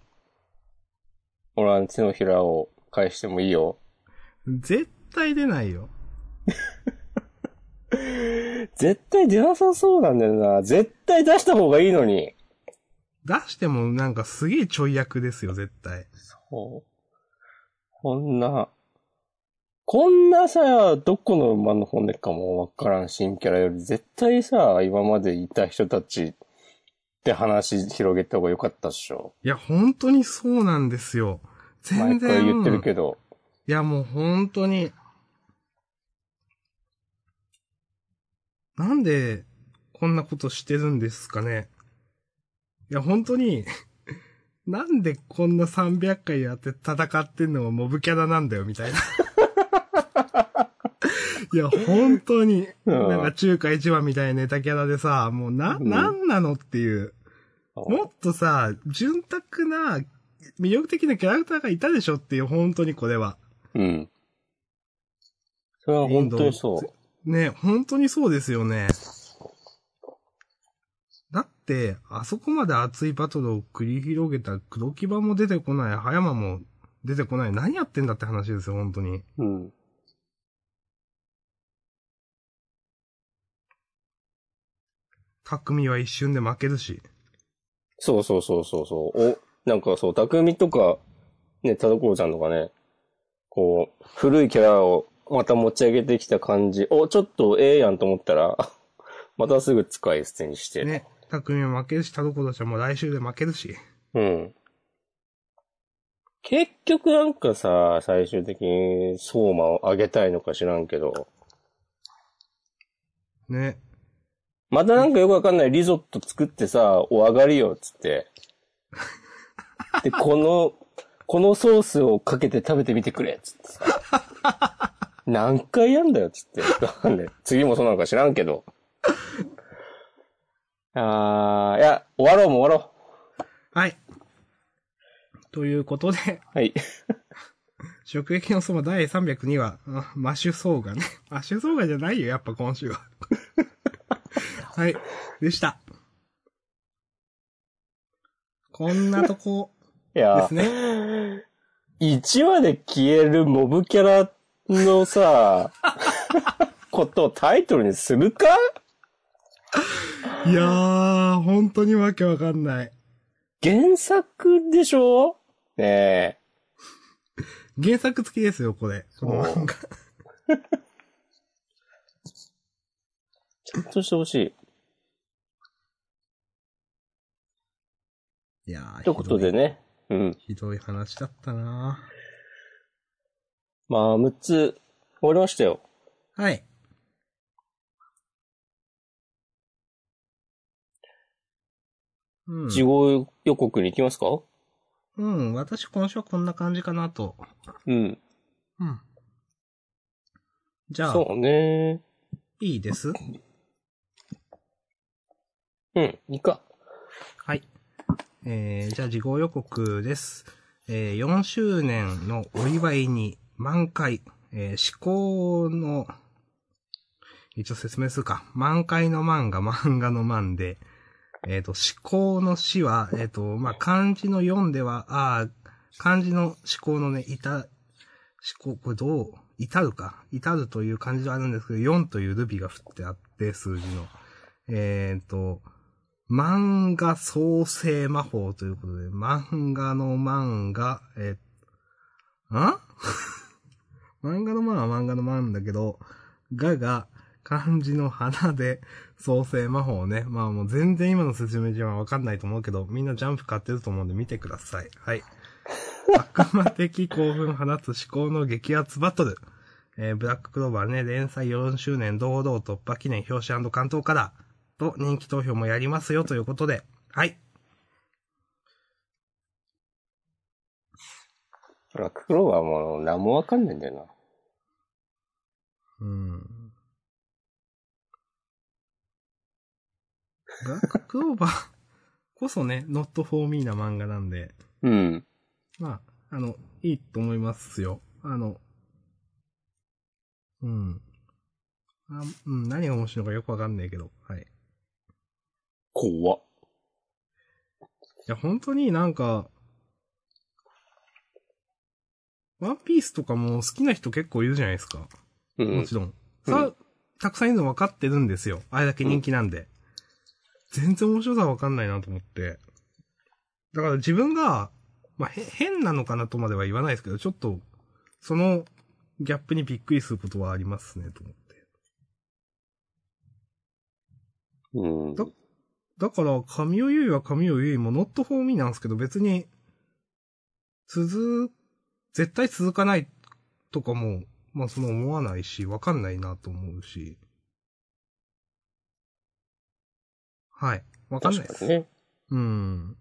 俺は手のひらを返してもいいよ。絶対出ないよ。絶対出なさそうなんだよな。絶対出した方がいいのに。出してもなんかすげえちょい役ですよ、絶対。そう。こんな、こんなさ、どこの馬の骨かもわからん新キャラより、絶対さ、今までいた人たちって話広げた方が良かったっしょ。いや、本当にそうなんですよ。全毎然。回言ってるけど。いや、もう本当に。なんで、こんなことしてるんですかね。いや、本当に、 なんでこんな300回やって戦ってんのがモブキャラなんだよ、みたいな。 いや、本当に、うんなんか中華一番みたいなネタキャラでさ、もうな、うんなんなのっていう。もっとさ、潤沢な、魅力的なキャラクターがいたでしょっていう、本当にこれは。うん。それは本当にそう。ね、本当にそうですよね。だって、あそこまで熱いバトルを繰り広げた黒木場も出てこない、葉山も出てこない、何やってんだって話ですよ、本当に。うん。匠は一瞬で負けるし。そうそうそうそうそう。お、なんかそう、匠とか、ね、田所ちゃんとかね、こう、古いキャラをまた持ち上げてきた感じ、お、ちょっとええやんと思ったら、 またすぐ使い捨てにして。ね、匠は負けるし、田所ちゃんも来週で負けるし。うん。結局なんかさ、最終的に相馬を上げたいのか知らんけど、ね。またなんかよくわかんないリゾット作ってさ、お上がりよ、つ って。で、この、このソースをかけて食べてみてくれ、つってさ。何回やんだよ、つって。なんで、次もそうなのか知らんけど。あー、いや、終わろうもう終わろはい。ということで、う。はい。食撃の相馬第302話、あマシュソー ガね。マシュソーガじゃないよ、やっぱ今 週は。はい。でした。こんなとこいやでーすね。 1話で消えるモブキャラの さ、ことをタイトルにするか いやー、本当にわけわかんない。原作でしょねえ。原作付きですよ、これ。この漫画。ちゃんとしてほしい。いやー、ということでね。うん。ひどい。ひどい話だったなまあ、6つ終わりましたよ。ーはい。うん。事後予告に行きますかうん、私今週はこんな感じかなと。うん。うん。じゃあ、そうね。いいですうん。いいか。はい。えー、じゃあ、事後予告です。えー、4周年のお祝いに満開、えー、思考の、一応説明するか。満開の満が漫画の満で、えっ、と、思考の死は、えっ、と、まあ、漢字の4では、ああ、漢字の思考のね、いた、思考、これどう、至るか。至るという漢字があるんですけど、4というルビが振ってあって、数字の。えっ、と、漫画創生魔法ということで、漫画の漫画、え、ん 漫画の漫は漫画の漫だけど、がが、漢字の花で創生魔法ね。まあもう全然今の説明じゃわかんないと思うけど、みんなジャンプ買ってると思うんで見てください。はい。悪魔的興奮放つ思考の激アツバトル。えーブラッククローバーね、連載4周年堂々突破記念表紙関東から、と人気投票もやりますよということで、はい。ほら、クローバーも何もわかんないんだようん。ブラッククローバー こそね、not for me な漫画なんで、な。うん。まあ、あの、いいと思いますよ。あの、うん。あうん、何が面白いのかよくわかんないけど、はい。い怖っ。や、本当になんか、ワンピースとかも好きな人結構いるじゃないですか。うもんち。ろん。うんさ、たくさんいるの分かってるんですよ。あれだけ人気なんで。全然面白さ分かんないなと思って。だから自分が、まあ、へ変なのかなとまでは言わないですけど、ちょっと、そのギャップにびっくりすることはありますね、と思って。うん。どだから、神尾優衣は神尾優衣もノットフォーミーなんですけど、別に、続、絶対続かないとかも、まあその思わないし、わかんないなと思うし。はい。わかんないで確かす。にね。うん。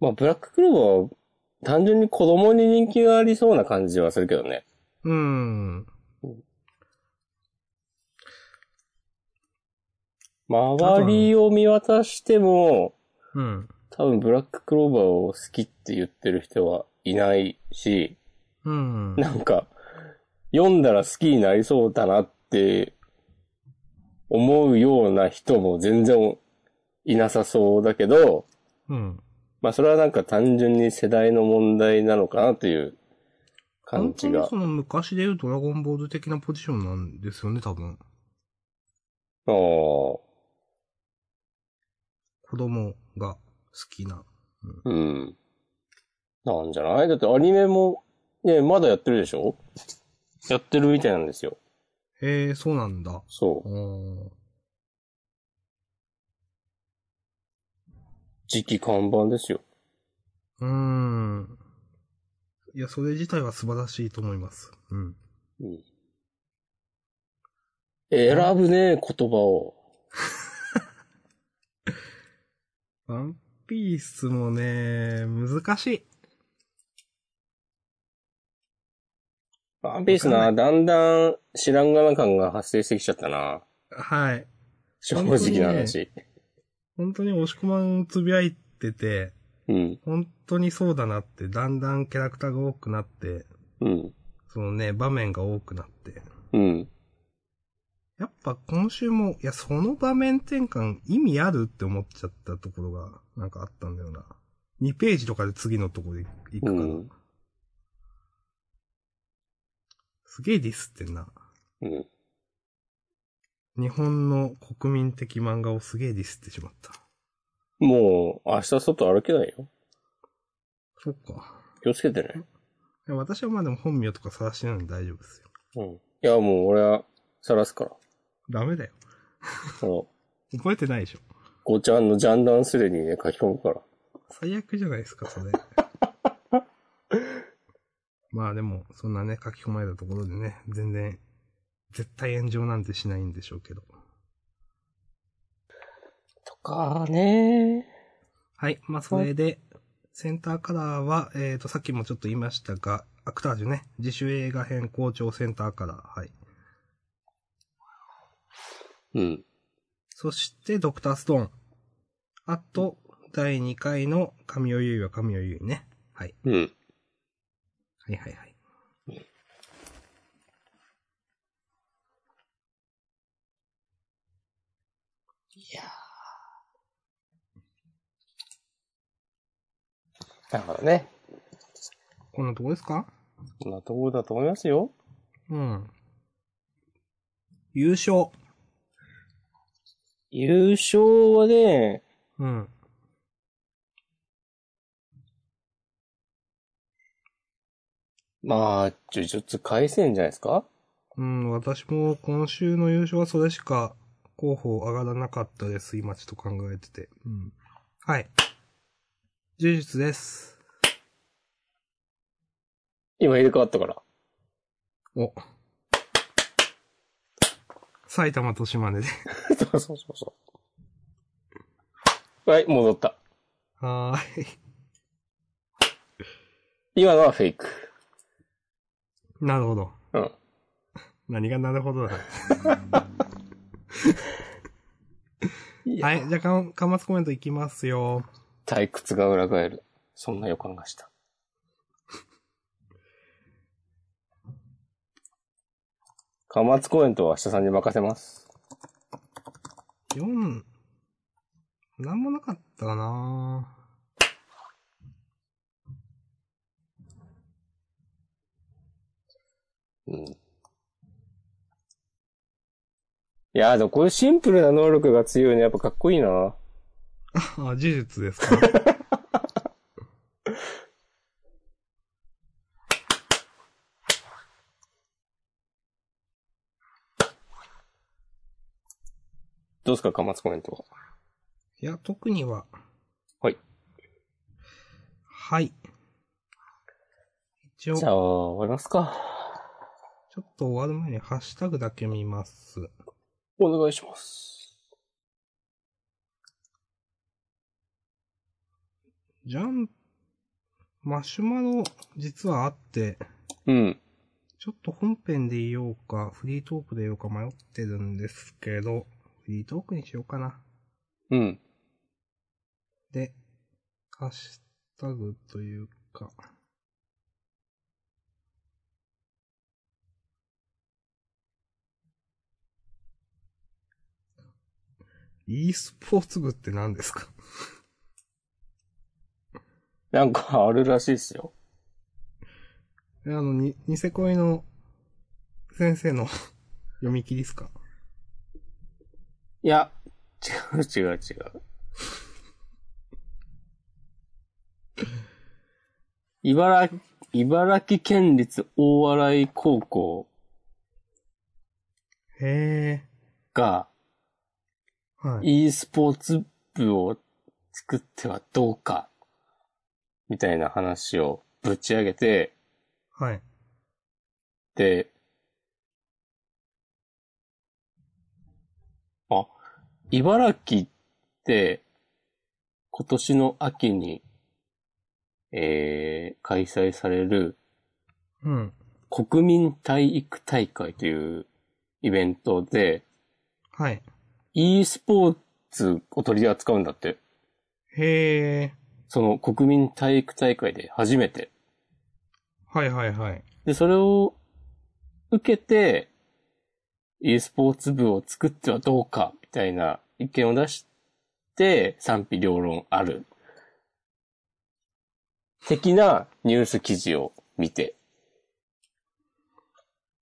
まあ、ブラッククローバーは、単純に子供に人気がありそうな感じはするけどね。うん。周りを見渡しても、うん。多分ブラッククローバーを好きって言ってる人はいないし、うん。 なんか、読んだら好きになりそうだなって思うような人も全然いなさそうだけど、うん。まあそれはなんか単純に世代の問題なのかなという感本当じにがそ。の昔で言うドラゴンボール的なポジションなんですよね、多分。あー子供が好きな。うん。なんじゃないだってアニメも、ね、まだやってるでしょやってるみたいなんですよ。へえ、そうなんだ。そうう。ん。時期看板ですよ。うーん。いや、それ自体は素晴らしいと思います。うん。選ぶね、言葉を。ワンピースもね、難しい。ワンピースわかな、だんだん知らんがな感が発生してきちゃったな。はい。正直な話。本当に押し込まんつぶやいてて、うん。本当にそうだなって、だんだんキャラクターが多くなって、うん。そのね、場面が多くなって。うん。やっぱ今週も、いや、その場面転換意味あるって思っちゃったところが、なんかあったんだよな。2ページとかで次のとこで行くうから。ん。すげえディスってんな。うん。日本の国民的漫画をすげえディスってしまった。もう、明日外歩けないよ。そっか。気をつけてね。いや私はまあでも本名とか晒してないので大丈夫ですよ。うん。いや、もう俺は、さらすから。ダメだよ。その、覚えてないでしょ。ごちゃんのジャンダンスレにね、書き込むから。最悪じゃないですか、そ れ。まあでも、そんなね、書き込まれたところでね、全然、絶対炎上なんてしないんでしょうけど。とかね。はい。まあ、それで、センターカラーは、えっ、と、さっきもちょっと言いましたが、アクタージュね、自主映画編校長センターカラー。はい。うん。そして、ドクターストーン。あと、第2回の神尾優衣は神尾優衣ね。はい。うん。はいはいはい。だからね。こんなとこですかこんなところだと思いますよ。うん。優勝。優勝はね、うん。まあ、呪術回戦じゃないですかうん、私も今週の優勝はそれしか候補上がらなかったです。今ちょっと考えてて。うん。はい。呪術です。今入れ替わったから。お。埼玉と島根で。 そうそうそうそう。はい、戻った。はーい。今のはフェイク。なるほど。うん。 何がなるほどだ。いやはい。じゃあ、かん、かまつコメントいきますよ。退屈が裏返る。そんな予感がした。かまつコメントは明日さんに任せます。 4、なんもなかったかな うん。いやーでもこういうシンプルな能力が強いのやっぱかっこいいな。あ、呪術ですか。 どうですか、かまつコメントは。いや、特には。はい。はい。一応、じちゃょあ、終わりますか。っと終わる前にハッシュタグだけ見ます。お願いします。ジャン、マシュマロ、実はあって、うん。ちょっと本編で言おうか、フリートークで言おうか迷ってるんですけど、フリートークにしようかな。うん。で、ハッシュタグというか。e スポーツ部って何ですかなんかあるらしいっすよ。あの、に、ニセ恋の先生の 読み切りですかいや、違う違う違う。茨城、茨城県立大洗高校へがえ。はい。 e スポーツ部を作ってはどうか、みたいな話をぶち上げて、はい。で、あ、茨城って、今年の秋に、えー、開催されるうん。国民体育大会というイベントで、はい。 e スポーツを取り扱うんだって。へえ。その国民体育大会で初めて。はいはいはい。で、それを受けて、e スポーツ部を作ってはどうか、みたいな意見を出して、賛否両論ある。的なニュース記事を見て、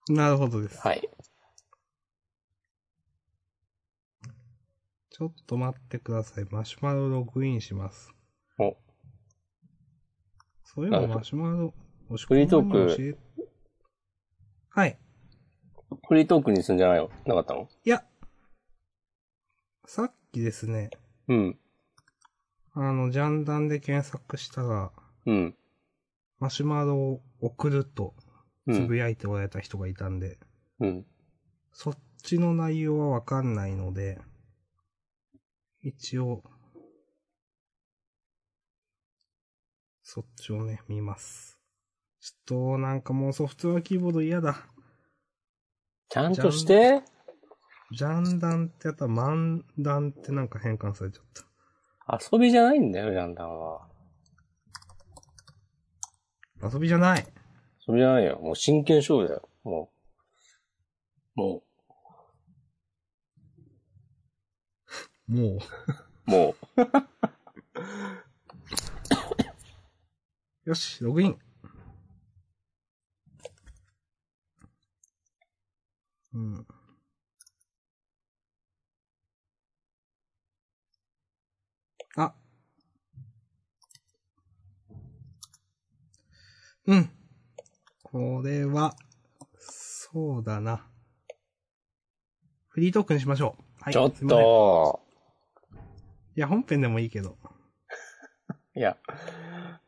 なるほどです。はい。ちょっと待ってください。マシュマロログインします。おそういえばなるほどマシュマロ、押しフリートークク。はい。フリートークにするんじゃないよ。なかったのいや。さっきですね、うん。あの、ジャンダンで検索したら、うん。マシュマロを送るとうつぶん。やいておられた人がいたんで、うん。そっちの内容はわかんないので、一応、そっちをね、見ます。ちょっと、なんかもうソフトウェアキーボード嫌だ。ちゃんとしてジャンダンってやったら、漫談ってなんか変換されちゃった。遊びじゃないんだよ、ジャンダンは。遊びじゃない遊びじゃないよ。もう真剣勝負だよ。もう。ももう。う。もう。よし、ログイン。うん。あ。うん。これは、そうだな。フリートークにしましょう。はい。ちょっすいませんいと。や、本編でもいいけど。いや、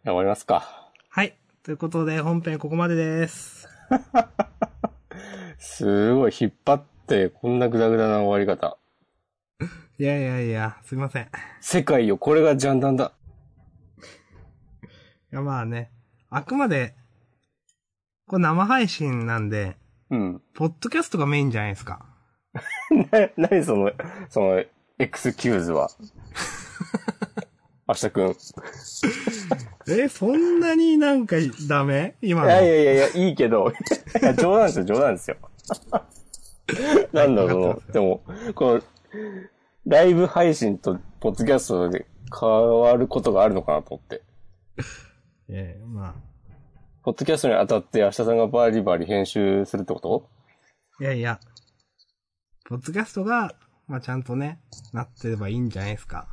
終わりますか。はい。ということで、本編ここまでです。すごい、引っ張って、こんなグダグダな終わり方。いやいやいや、すいません。世界よ、これがジャンダンだ。いや、まあね。あくまで、これ生配信なんで、うん。ポッドキャストがメインじゃないですか。な、 なにその、その、エクスキューズ は。明日くん。いえ、そんなになんかダメ今の。やいやいやいや、いいけど。いや、冗談ですよ、冗談です よ。なんだはいわかってまろすう、よでも、この、ライブ配信と、ポッドキャストで変わることがあるのかなと思って。ええまあ。ポッドキャストに当たって、明日さんがバリバリ編集するってこといやいや。ポッドキャストが、まあちゃんとね、なってればいいんじゃないですか。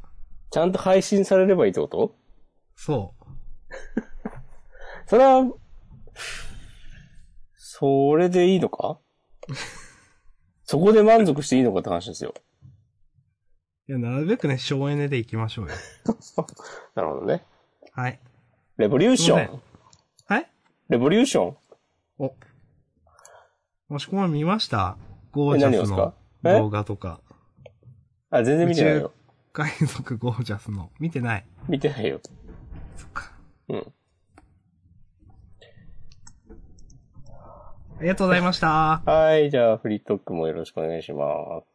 ちゃんと配信されればいいってことそそれは、それでいいの かそこで満足していいのかって話ですよ。う。いや、なるべくね、省エネで行きましょうよ。なるほどね。はい。レボリューショすいませン。はいレボリューションお。もしこま見ましたゴージえ何ャをでスすかのえ動画とか。あ、全然見てないよ。海賊ゴージャスの。見てない。見てないよ。そっか。うん。ありがとうございました。はい、じゃあフリートークもよろしくお願いします。